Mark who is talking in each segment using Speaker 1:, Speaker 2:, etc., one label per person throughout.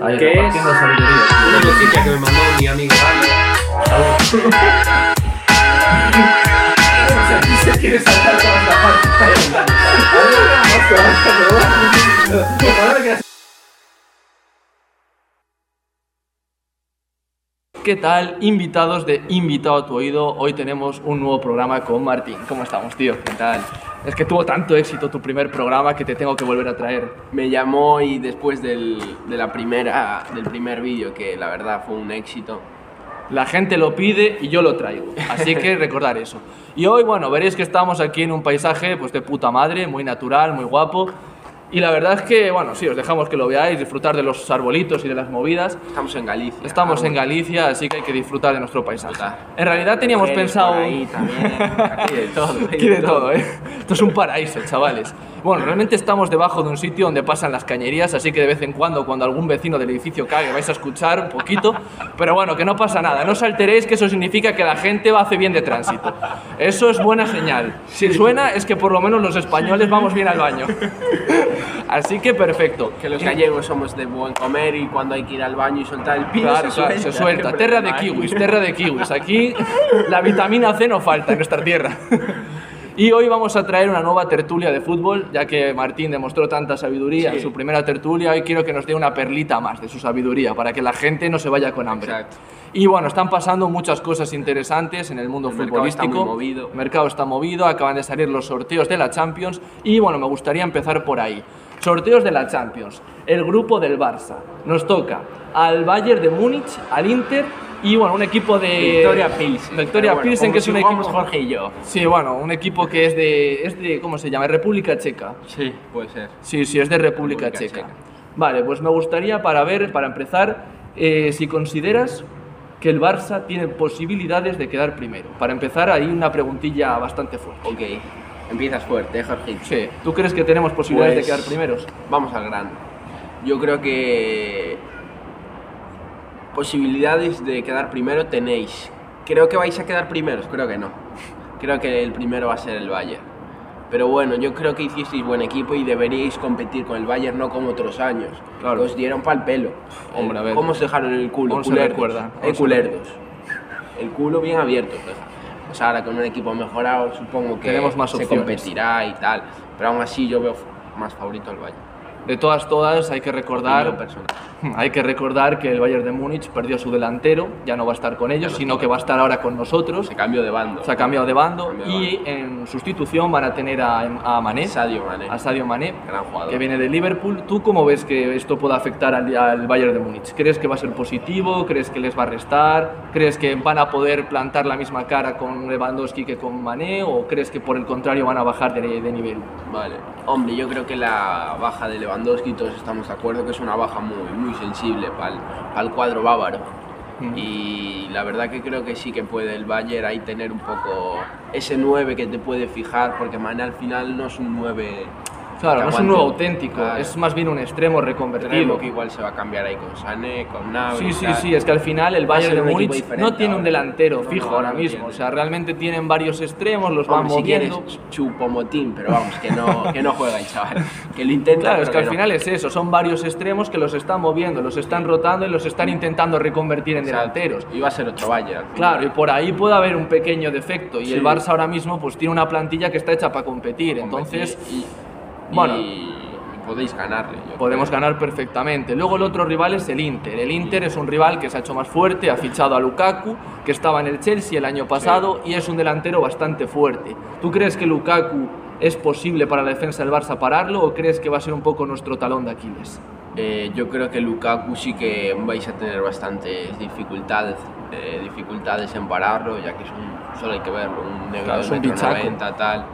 Speaker 1: Ahí,
Speaker 2: ¿Qué es?
Speaker 1: repartiendo sabiduría.
Speaker 2: Una noticia que me mandó mi amigo Dani.
Speaker 1: Se quiere saltar con la
Speaker 3: ¿Qué tal, invitados de Invitado a tu Oído? Hoy tenemos un nuevo programa con Martín. ¿Cómo estamos, tío? ¿Qué tal? Es que tuvo tanto éxito tu primer programa que te tengo que volver a traer.
Speaker 4: Me llamó y después del, de la primera, del primer vídeo, que la verdad fue un éxito.
Speaker 3: La gente lo pide y yo lo traigo. Así que recordar eso. Y hoy, bueno, veréis que estamos aquí en un paisaje pues de puta madre, muy natural, muy guapo. Y la verdad es que, bueno, sí, os dejamos que lo veáis, disfrutar de los arbolitos y de las movidas.
Speaker 4: Estamos en Galicia.
Speaker 3: Estamos
Speaker 4: Ah,
Speaker 3: en Galicia, así que hay que disfrutar de nuestro paisaje.
Speaker 4: Disfrutar.
Speaker 3: En realidad teníamos
Speaker 4: mujeres
Speaker 3: pensado...
Speaker 4: por ahí también, aquí de todo. hay
Speaker 3: Aquí de todo, ¿eh? Esto es un paraíso, chavales. Bueno, realmente estamos debajo de un sitio donde pasan las cañerías, así que de vez en cuando, cuando algún vecino del edificio cague, vais a escuchar un poquito. Pero bueno, que no pasa nada. No os alteréis, que eso significa que la gente va hace bien de tránsito. Eso es buena señal. Si suena, es que por lo menos los españoles vamos bien al baño. Así que perfecto.
Speaker 4: Que los gallegos somos de buen comer y cuando hay que ir al baño y soltar el pino
Speaker 3: Claro,
Speaker 4: se
Speaker 3: claro,
Speaker 4: suelta.
Speaker 3: se suelta. Tierra de kiwis, tierra de kiwis. Aquí la vitamina C no falta en nuestra tierra. Y hoy vamos a traer una nueva tertulia de fútbol, ya que Martín demostró tanta sabiduría en su primera tertulia. Hoy quiero que nos dé una perlita más de su sabiduría para que la gente no se vaya con hambre.
Speaker 4: Exacto.
Speaker 3: Y bueno, están pasando muchas cosas interesantes en el mundo
Speaker 4: El mercado está
Speaker 3: futbolístico.
Speaker 4: muy movido.
Speaker 3: El mercado está movido, acaban de salir los sorteos de la Champions y bueno, me gustaría empezar por ahí. Sorteos de la Champions. El grupo del Barça. Nos toca al Bayern de Múnich, al Inter y bueno, un equipo de
Speaker 4: Victoria Pilsen.
Speaker 3: Victoria
Speaker 4: Pero bueno,
Speaker 3: Pilsen
Speaker 4: como
Speaker 3: que es
Speaker 4: si
Speaker 3: un equipo
Speaker 4: jugamos Jorge y yo.
Speaker 3: Sí, bueno, un equipo que es de es de ¿cómo se llama? República Checa.
Speaker 4: Sí, puede ser.
Speaker 3: Sí, sí, es de República,
Speaker 4: República
Speaker 3: Checa.
Speaker 4: Checa.
Speaker 3: Vale, pues me gustaría para ver, para empezar, eh, si consideras que el Barça tiene posibilidades de quedar primero. Para empezar, hay una preguntilla bastante fuerte.
Speaker 4: Ok, empiezas fuerte, ¿eh, Jorge.
Speaker 3: Sí, ¿tú crees que tenemos posibilidades
Speaker 4: Pues-
Speaker 3: de quedar primeros?
Speaker 4: Vamos al grano. Yo creo que posibilidades de quedar primero tenéis. Creo que vais a quedar primeros, creo que no. Creo que el primero va a ser el Bayern. Pero bueno, yo creo que hicisteis buen equipo y deberíais competir con el Bayern, no como otros años.
Speaker 3: Claro.
Speaker 4: Os dieron pa'l pelo.
Speaker 3: Hombre, a ver.
Speaker 4: ¿Cómo os dejaron el culo?
Speaker 3: Aún se
Speaker 4: Culerdos.
Speaker 3: recuerda,
Speaker 4: Eh,
Speaker 3: aún se
Speaker 4: culerdos. El culo bien abierto. os dejaron. Pues ahora con un equipo mejorado, supongo que
Speaker 3: Tenemos más
Speaker 4: se
Speaker 3: opciones.
Speaker 4: competirá y tal. Pero aún así yo veo más favorito al Bayern.
Speaker 3: De todas, todas, hay que
Speaker 4: Opinión
Speaker 3: recordar,
Speaker 4: personal.
Speaker 3: hay que recordar que el Bayern de Múnich perdió a su delantero, ya no va a estar con ellos,
Speaker 4: no
Speaker 3: sino que va a estar ahora con nosotros.
Speaker 4: Se cambió de bando.
Speaker 3: Se ha cambiado de bando
Speaker 4: Cambio de
Speaker 3: y en sustitución van a tener a, a Mané,
Speaker 4: Sadio Mané.
Speaker 3: a Sadio Mané,
Speaker 4: Gran jugador.
Speaker 3: que viene de Liverpool. ¿Tú cómo ves que esto pueda afectar al, al Bayern de Múnich? ¿Crees que va a ser positivo? ¿Crees que les va a restar? ¿Crees que van a poder plantar la misma cara con Lewandowski que con Mané? ¿O crees que por el contrario van a bajar de, de nivel?
Speaker 4: Vale. Hombre, yo creo que la baja de Lewandowski, todos estamos de acuerdo que es una baja muy, muy sensible para el cuadro bávaro.
Speaker 3: Mm.
Speaker 4: Y la verdad que creo que sí que puede el Bayern ahí tener un poco ese 9 que te puede fijar, porque Mané al final no es un 9
Speaker 3: Claro,
Speaker 4: Que
Speaker 3: no es
Speaker 4: aguante.
Speaker 3: un nuevo auténtico,
Speaker 4: Claro.
Speaker 3: es más bien un extremo reconvertido.
Speaker 4: extremo, que igual se va a cambiar ahí con Sané, con Navri.
Speaker 3: Sí,
Speaker 4: y
Speaker 3: sí,
Speaker 4: tal.
Speaker 3: sí, es que al final el
Speaker 4: Va a
Speaker 3: Bayern
Speaker 4: ser
Speaker 3: de
Speaker 4: un equipo
Speaker 3: Múnich
Speaker 4: diferente
Speaker 3: no tiene un
Speaker 4: ahora.
Speaker 3: delantero
Speaker 4: No,
Speaker 3: fijo
Speaker 4: no,
Speaker 3: ahora
Speaker 4: no
Speaker 3: mismo,
Speaker 4: tiene.
Speaker 3: o sea, realmente tienen varios extremos, los van
Speaker 4: Hombre, si
Speaker 3: moviendo.
Speaker 4: quieres, chupomotín, pero vamos, que no, que no juega el chaval. Que lo intenta.
Speaker 3: Claro,
Speaker 4: pero
Speaker 3: es que al
Speaker 4: no.
Speaker 3: final es eso, son varios extremos que los están moviendo, los están rotando y los están intentando reconvertir en
Speaker 4: O sea,
Speaker 3: delanteros.
Speaker 4: Iba a ser otro Bayern al final.
Speaker 3: Claro, y por ahí puede haber un pequeño defecto y el
Speaker 4: Sí.
Speaker 3: Barça ahora mismo pues tiene una plantilla que está hecha para competir, entonces
Speaker 4: Y- y-
Speaker 3: bueno.
Speaker 4: y podéis ganarle. yo
Speaker 3: podemos
Speaker 4: creo.
Speaker 3: ganar perfectamente. Luego el otro rival es el Inter. El Inter es un rival que se ha hecho más fuerte, ha fichado a Lukaku, que estaba en el Chelsea el año pasado y es un delantero bastante fuerte. ¿Tú crees que Lukaku es posible para la defensa del Barça pararlo o crees que va a ser un poco nuestro talón de Aquiles?
Speaker 4: Eh, yo creo que Lukaku sí que vais a tener bastantes dificultades, eh, dificultades en pararlo, ya que es un, solo hay que verlo, un negro
Speaker 3: Claro,
Speaker 4: de
Speaker 3: es un
Speaker 4: metro
Speaker 3: bichaco.
Speaker 4: 90, tal.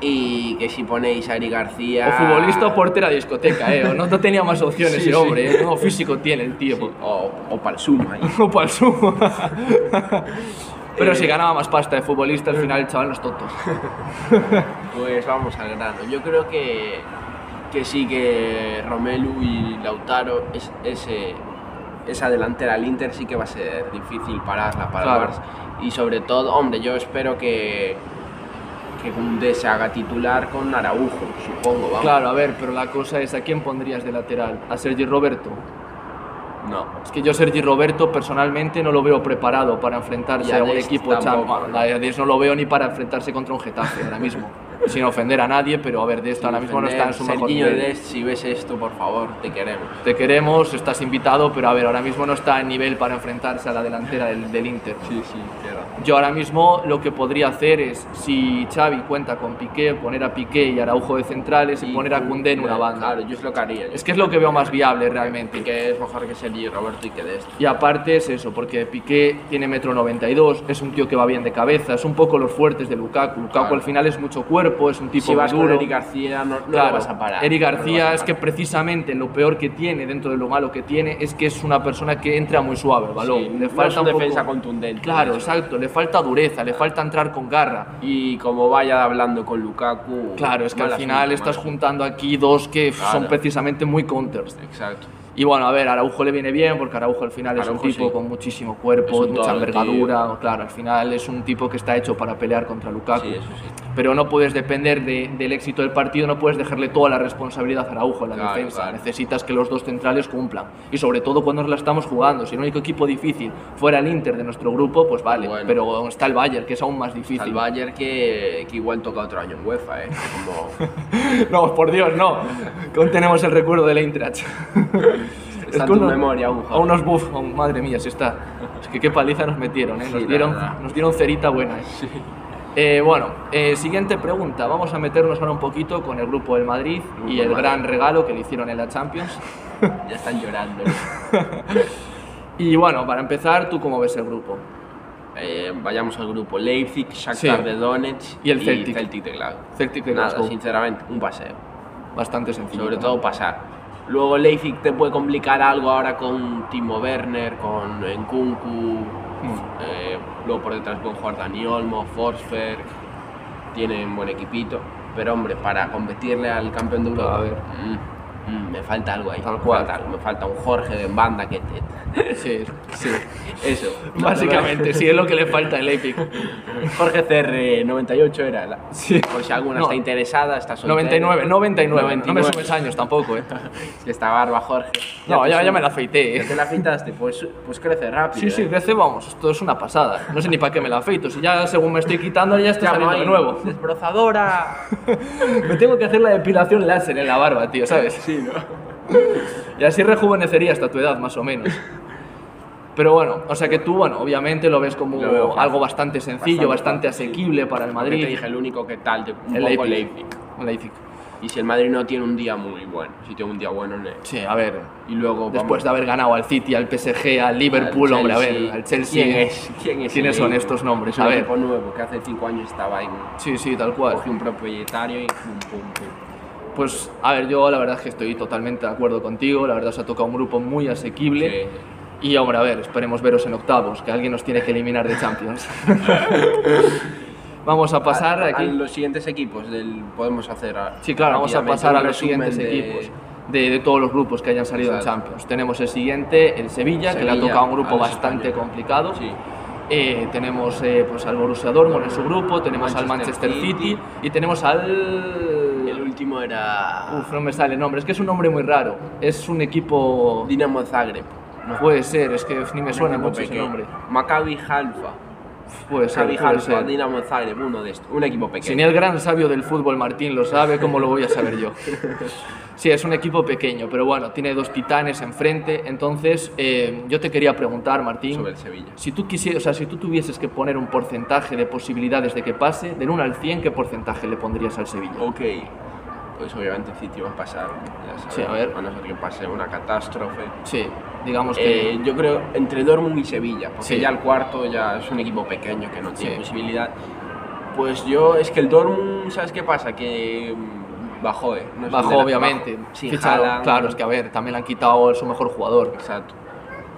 Speaker 4: Y que si ponéis a Ari García.
Speaker 3: O futbolista o portera de discoteca, ¿eh? O no, no tenía más opciones
Speaker 4: Sí,
Speaker 3: ese
Speaker 4: sí.
Speaker 3: hombre, ¿eh? No, físico tiene el tío.
Speaker 4: O, o Palsuma. ahí.
Speaker 3: O pa'l sumo. Pero si
Speaker 4: Eh.
Speaker 3: ganaba más pasta de futbolista, al final el chaval no es tonto.
Speaker 4: Pues vamos al grano. Yo creo que, que sí que Romelu y Lautaro, es, ese, esa delantera al Inter sí que va a ser difícil pararla para el
Speaker 3: Claro.
Speaker 4: Barça. Y sobre todo, hombre, yo espero que que Koundé se haga titular con Araujo, supongo, vamos.
Speaker 3: Claro, a ver, pero la cosa es, ¿a quién pondrías de lateral? ¿A Sergi Roberto?
Speaker 4: No.
Speaker 3: Es que yo, Sergi Roberto, personalmente no lo veo preparado para enfrentarse
Speaker 4: Y a
Speaker 3: a un
Speaker 4: Dest
Speaker 3: equipo
Speaker 4: tampoco,
Speaker 3: champ.
Speaker 4: ¿no?
Speaker 3: A Dest no lo veo ni para enfrentarse contra un Getafe ahora mismo. Sin ofender a nadie, pero a ver, Dest ahora mismo no está en su mejor
Speaker 4: Serginho
Speaker 3: nivel.
Speaker 4: Dest, si ves esto, por favor, te queremos.
Speaker 3: Te queremos, estás invitado, pero a ver, ahora mismo no está en nivel para enfrentarse a la delantera del, del Inter.
Speaker 4: Sí, sí, queda.
Speaker 3: Yo ahora mismo lo que podría hacer es, si Xavi cuenta con Piqué, poner a Piqué y Araujo de centrales y, poner a Koundé en una banda.
Speaker 4: Claro, yo es lo que haría.
Speaker 3: Es que es lo que veo más viable realmente.
Speaker 4: Y que es mejor que Sergio Roberto y que de esto.
Speaker 3: Y aparte es eso, porque Piqué tiene metro 92, es un tío que va bien de cabeza, es un poco los fuertes de Lukaku. Lukaku
Speaker 4: Claro.
Speaker 3: al final es mucho cuerpo, es un tipo
Speaker 4: si vas
Speaker 3: muy duro.
Speaker 4: con Eric García, no, no lo
Speaker 3: Claro,
Speaker 4: vas a parar.
Speaker 3: Eric
Speaker 4: no lo
Speaker 3: García
Speaker 4: vas a
Speaker 3: es que
Speaker 4: parar.
Speaker 3: precisamente lo peor que tiene dentro de lo malo que tiene es que es una persona que entra muy suave al balón.
Speaker 4: Sí,
Speaker 3: le
Speaker 4: no es
Speaker 3: falta
Speaker 4: un
Speaker 3: un poco-
Speaker 4: defensa contundente.
Speaker 3: Claro,
Speaker 4: de hecho.
Speaker 3: exacto, le falta dureza, le falta entrar con garra.
Speaker 4: Y como vaya hablando con Lukaku.
Speaker 3: Claro, es que al
Speaker 4: mal
Speaker 3: final
Speaker 4: asunto,
Speaker 3: estás
Speaker 4: mal
Speaker 3: juntando aquí dos que
Speaker 4: Claro.
Speaker 3: son precisamente muy counters.
Speaker 4: asunto. Exacto.
Speaker 3: Y bueno, a ver, Araujo le viene bien porque Araujo al final es
Speaker 4: Araujo,
Speaker 3: un tipo
Speaker 4: sí.
Speaker 3: con muchísimo
Speaker 4: Es
Speaker 3: cuerpo,
Speaker 4: un
Speaker 3: mucha
Speaker 4: todo,
Speaker 3: envergadura, claro, al final es un tipo que está hecho para pelear contra Lukaku.
Speaker 4: Sí, eso sí.
Speaker 3: Pero no puedes depender de- del éxito del partido, no puedes dejarle toda la responsabilidad a Araujo en la
Speaker 4: Claro,
Speaker 3: defensa.
Speaker 4: claro.
Speaker 3: Necesitas que los dos centrales cumplan. Y sobre todo cuando nos la estamos jugando. Si el único equipo difícil fuera el Inter de nuestro grupo, pues vale.
Speaker 4: Bueno.
Speaker 3: Pero está el Bayern, que es aún más difícil.
Speaker 4: Al Bayern que, que igual toca otro año en UEFA, ¿eh? Como
Speaker 3: No, por Dios, no. Que aún tenemos el recuerdo del Eintracht.
Speaker 4: Está en tu memoria aún, Javi.
Speaker 3: Aún nos buf, aún- oh, madre mía, si está. Es que qué paliza nos metieron, ¿eh?
Speaker 4: Sí,
Speaker 3: Nos
Speaker 4: la
Speaker 3: dieron,
Speaker 4: verdad.
Speaker 3: nos dieron cerita buena, ¿eh? Eh, bueno, eh, siguiente pregunta. Vamos a meternos ahora un poquito con el grupo del Madrid
Speaker 4: Grupo
Speaker 3: y el
Speaker 4: del
Speaker 3: gran
Speaker 4: Madrid.
Speaker 3: regalo que le hicieron en la Champions.
Speaker 4: ya están llorando.
Speaker 3: Y bueno, para empezar, ¿tú cómo ves el grupo?
Speaker 4: Eh, vayamos al grupo Leipzig, Shakhtar
Speaker 3: Sí.
Speaker 4: de Donetsk
Speaker 3: Y el Celtic.
Speaker 4: de Glasgow.
Speaker 3: Celtic de
Speaker 4: Nada,
Speaker 3: Glasgow.
Speaker 4: sinceramente, un paseo.
Speaker 3: Bastante sencillo.
Speaker 4: Sobre todo pasar. Luego Leipzig te puede complicar algo ahora con Timo Werner, con Nkunku.
Speaker 3: Hmm.
Speaker 4: eh, luego por detrás pueden jugar Dani Olmo, Forsberg. Tienen buen equipito. Pero hombre, para competirle al campeón de Europa,
Speaker 3: A ver.
Speaker 4: mm, mm, me falta algo ahí.
Speaker 3: Tal
Speaker 4: me
Speaker 3: cual.
Speaker 4: falta algo, me falta un Jorge de banda que te...
Speaker 3: Sí, sí.
Speaker 4: Eso.
Speaker 3: Básicamente, sí, es lo que le falta al Epic.
Speaker 4: Jorge CR98 era la...
Speaker 3: Sí.
Speaker 4: Por si alguna
Speaker 3: No.
Speaker 4: está interesada, está soltero.
Speaker 3: 99, 99, no me
Speaker 4: 99.
Speaker 3: subes años tampoco, eh.
Speaker 4: Es que Esta barba, Jorge.
Speaker 3: No,
Speaker 4: te
Speaker 3: ya, ya
Speaker 4: sube.
Speaker 3: me la afeité,
Speaker 4: Ya
Speaker 3: eh.
Speaker 4: te la afeitaste, pues, pues crece rápido.
Speaker 3: Sí, sí,
Speaker 4: ¿eh?
Speaker 3: crece, vamos, esto es una pasada. No sé ni para qué me la afeito, si ya según me estoy quitando ya está
Speaker 4: Ya,
Speaker 3: saliendo de
Speaker 4: Mai,
Speaker 3: nuevo.
Speaker 4: Desbrozadora.
Speaker 3: Me tengo que hacer la depilación láser en la barba, tío, ¿sabes?
Speaker 4: Sí, ¿no?
Speaker 3: Y así rejuvenecería hasta tu edad, más o menos. Pero bueno, o sea que tú, bueno, obviamente lo ves como
Speaker 4: Lo veo fácil.
Speaker 3: algo bastante sencillo, bastante, asequible para el
Speaker 4: Madrid. Te
Speaker 3: Madrid.
Speaker 4: dije el único que tal, te, un
Speaker 3: El
Speaker 4: poco
Speaker 3: Leipzig.
Speaker 4: Leipzig.
Speaker 3: El Leipzig.
Speaker 4: Y si el Madrid no tiene un día muy bueno, si tiene un día bueno, le-
Speaker 3: Sí, a ver.
Speaker 4: y luego
Speaker 3: Después de
Speaker 4: Pues vamos
Speaker 3: haber ganado al City, al PSG, al
Speaker 4: al
Speaker 3: Liverpool, hombre, a ver,
Speaker 4: Chelsea.
Speaker 3: al Chelsea.
Speaker 4: ¿Quién es? ¿Quién es
Speaker 3: ¿Quiénes
Speaker 4: el
Speaker 3: son
Speaker 4: Leipzig?
Speaker 3: estos nombres?
Speaker 4: Es un
Speaker 3: A ver.
Speaker 4: equipo nuevo que hace cinco años estaba ahí.
Speaker 3: Sí, sí, tal cual.
Speaker 4: Cogí un propietario y pum, pum, pum.
Speaker 3: Pues, a ver, yo la verdad es que estoy totalmente de acuerdo contigo. La verdad se ha tocado un grupo muy asequible.
Speaker 4: Sí.
Speaker 3: Y, hombre, a ver, esperemos veros en octavos, que alguien nos tiene que eliminar de Champions. vamos a pasar
Speaker 4: a, a
Speaker 3: aquí.
Speaker 4: los siguientes equipos del podemos hacer a-
Speaker 3: Sí, claro, vamos a
Speaker 4: rápidamente
Speaker 3: pasar
Speaker 4: un
Speaker 3: a los
Speaker 4: resumen
Speaker 3: siguientes
Speaker 4: de-
Speaker 3: equipos. De, de todos los grupos que hayan salido en
Speaker 4: Exacto.
Speaker 3: Champions. Tenemos el siguiente, el Sevilla, que le ha
Speaker 4: Sevilla,
Speaker 3: tocado un grupo
Speaker 4: al
Speaker 3: bastante
Speaker 4: español.
Speaker 3: complicado.
Speaker 4: Sí.
Speaker 3: Eh, tenemos eh, pues al Borussia Dortmund en su grupo, tenemos al
Speaker 4: Manchester
Speaker 3: Manchester City,
Speaker 4: City.
Speaker 3: y tenemos al...
Speaker 4: El último era
Speaker 3: Uf, no me sale el nombre, es que es un nombre muy raro. Es un equipo.
Speaker 4: Dinamo Zagreb. No,
Speaker 3: Puede ser, es que ni me suena
Speaker 4: un equipo
Speaker 3: mucho ese
Speaker 4: pequeño.
Speaker 3: nombre.
Speaker 4: Maccabi Halfa.
Speaker 3: Puede ser,
Speaker 4: Maccabi
Speaker 3: puede
Speaker 4: Halfa,
Speaker 3: ser.
Speaker 4: Dinamo Zagreb, uno de estos, un equipo pequeño.
Speaker 3: Si ni el gran sabio del fútbol Martín lo sabe, ¿cómo lo voy a saber yo? Sí, es un equipo pequeño, pero bueno, tiene dos titanes enfrente. Entonces, eh, yo te quería preguntar, Martín,
Speaker 4: sobre el Sevilla.
Speaker 3: si tú quisieras, o sea, si tú tuvieses que poner un porcentaje de posibilidades de que pase, del 1 al 100, ¿qué porcentaje le pondrías al Sevilla?
Speaker 4: Ok. Pues obviamente el City va a pasar. ya sabes,
Speaker 3: Sí, a ver.
Speaker 4: A no ser que pase una catástrofe.
Speaker 3: Sí, digamos que.
Speaker 4: Eh, yo creo entre Dortmund y Sevilla, porque
Speaker 3: Sí.
Speaker 4: ya el cuarto ya es un equipo pequeño que no tiene
Speaker 3: Sí.
Speaker 4: posibilidad. Pues yo, es que el Dortmund, ¿sabes qué pasa? Que mm, bajó, ¿eh? No es de
Speaker 3: Bajó,
Speaker 4: la-
Speaker 3: obviamente.
Speaker 4: bajó. Sin
Speaker 3: Ficharon,
Speaker 4: Haaland.
Speaker 3: claro, es que a ver, también le han quitado a su mejor jugador.
Speaker 4: Exacto.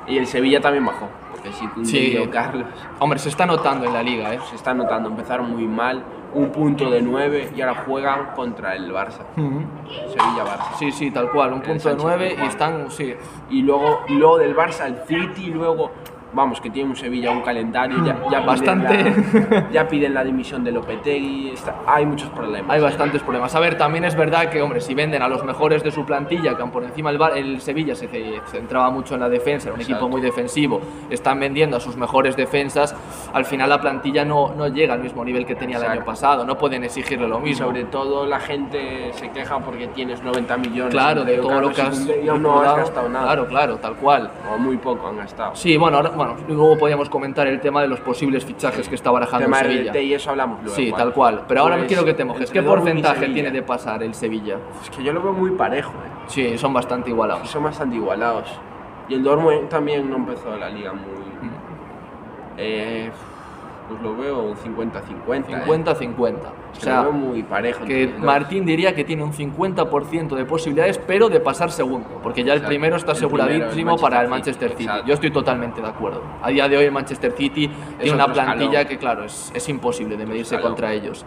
Speaker 4: Y el Sevilla también bajó, porque sí, Koundé
Speaker 3: Sí.
Speaker 4: y Leo Carlos
Speaker 3: Hombre, se está notando en la liga, ¿eh?
Speaker 4: se está notando, empezaron muy mal, un punto de nueve y ahora juegan contra el Barça, Sevilla-Barça.
Speaker 3: Sí, sí, tal cual, un
Speaker 4: El
Speaker 3: punto de
Speaker 4: Sánchez
Speaker 3: nueve y
Speaker 4: Pizjuán.
Speaker 3: están, sí,
Speaker 4: Y luego, y luego del Barça al City, y luego Vamos, que tiene un Sevilla un calendario ya, ya
Speaker 3: Bastante.
Speaker 4: Piden la, ya piden la dimisión de Lopetegui, está- hay muchos problemas.
Speaker 3: Hay bastantes problemas. A ver, también es verdad que, hombre, si venden a los mejores de su plantilla, que aun por encima el, Bar- el Sevilla se ce- centraba mucho en la defensa, era un
Speaker 4: Exacto.
Speaker 3: equipo muy defensivo, están vendiendo a sus mejores defensas, al final la plantilla no, no llega al mismo nivel que tenía el año
Speaker 4: Exacto.
Speaker 3: pasado, no pueden exigirle lo
Speaker 4: Y
Speaker 3: mismo.
Speaker 4: sobre todo la gente se queja porque tienes 90 millones.
Speaker 3: claro,
Speaker 4: entre
Speaker 3: de todo lo
Speaker 4: Carlos
Speaker 3: que
Speaker 4: y
Speaker 3: has
Speaker 4: Koundé, y aún no has
Speaker 3: recaudado.
Speaker 4: gastado nada.
Speaker 3: Claro, claro, tal cual.
Speaker 4: O muy poco han gastado.
Speaker 3: Sí, bueno, ahora, bueno, luego podíamos comentar el tema de los posibles fichajes que está barajando el
Speaker 4: Tema
Speaker 3: Sevilla.
Speaker 4: RT y eso hablamos luego.
Speaker 3: Sí,
Speaker 4: ¿vale?
Speaker 3: tal cual. Pero ahora
Speaker 4: Pues,
Speaker 3: quiero que te mojes.
Speaker 4: entre
Speaker 3: ¿Qué
Speaker 4: Dortmund y
Speaker 3: porcentaje
Speaker 4: Sevilla.
Speaker 3: tiene de pasar el Sevilla?
Speaker 4: Es que yo lo veo muy parejo, eh.
Speaker 3: Sí, son bastante igualados.
Speaker 4: Son bastante igualados. Y el Dortmund también no empezó la liga muy... Eh, pues lo veo un 50-50. eh.
Speaker 3: 50-50. O
Speaker 4: Es que lo
Speaker 3: sea,
Speaker 4: veo muy parejo.
Speaker 3: que
Speaker 4: entre los dos.
Speaker 3: Martín diría que tiene un 50% de posibilidades, pero de pasar segundo, porque ya el
Speaker 4: Exacto.
Speaker 3: primero está
Speaker 4: El primero, el
Speaker 3: aseguradísimo para el
Speaker 4: Manchester
Speaker 3: Manchester
Speaker 4: City,
Speaker 3: City.
Speaker 4: exacto.
Speaker 3: Yo estoy totalmente de acuerdo. A día de hoy el Manchester City tiene una
Speaker 4: otro escalón.
Speaker 3: plantilla que, claro, es, es imposible de medirse
Speaker 4: escalón.
Speaker 3: contra ellos.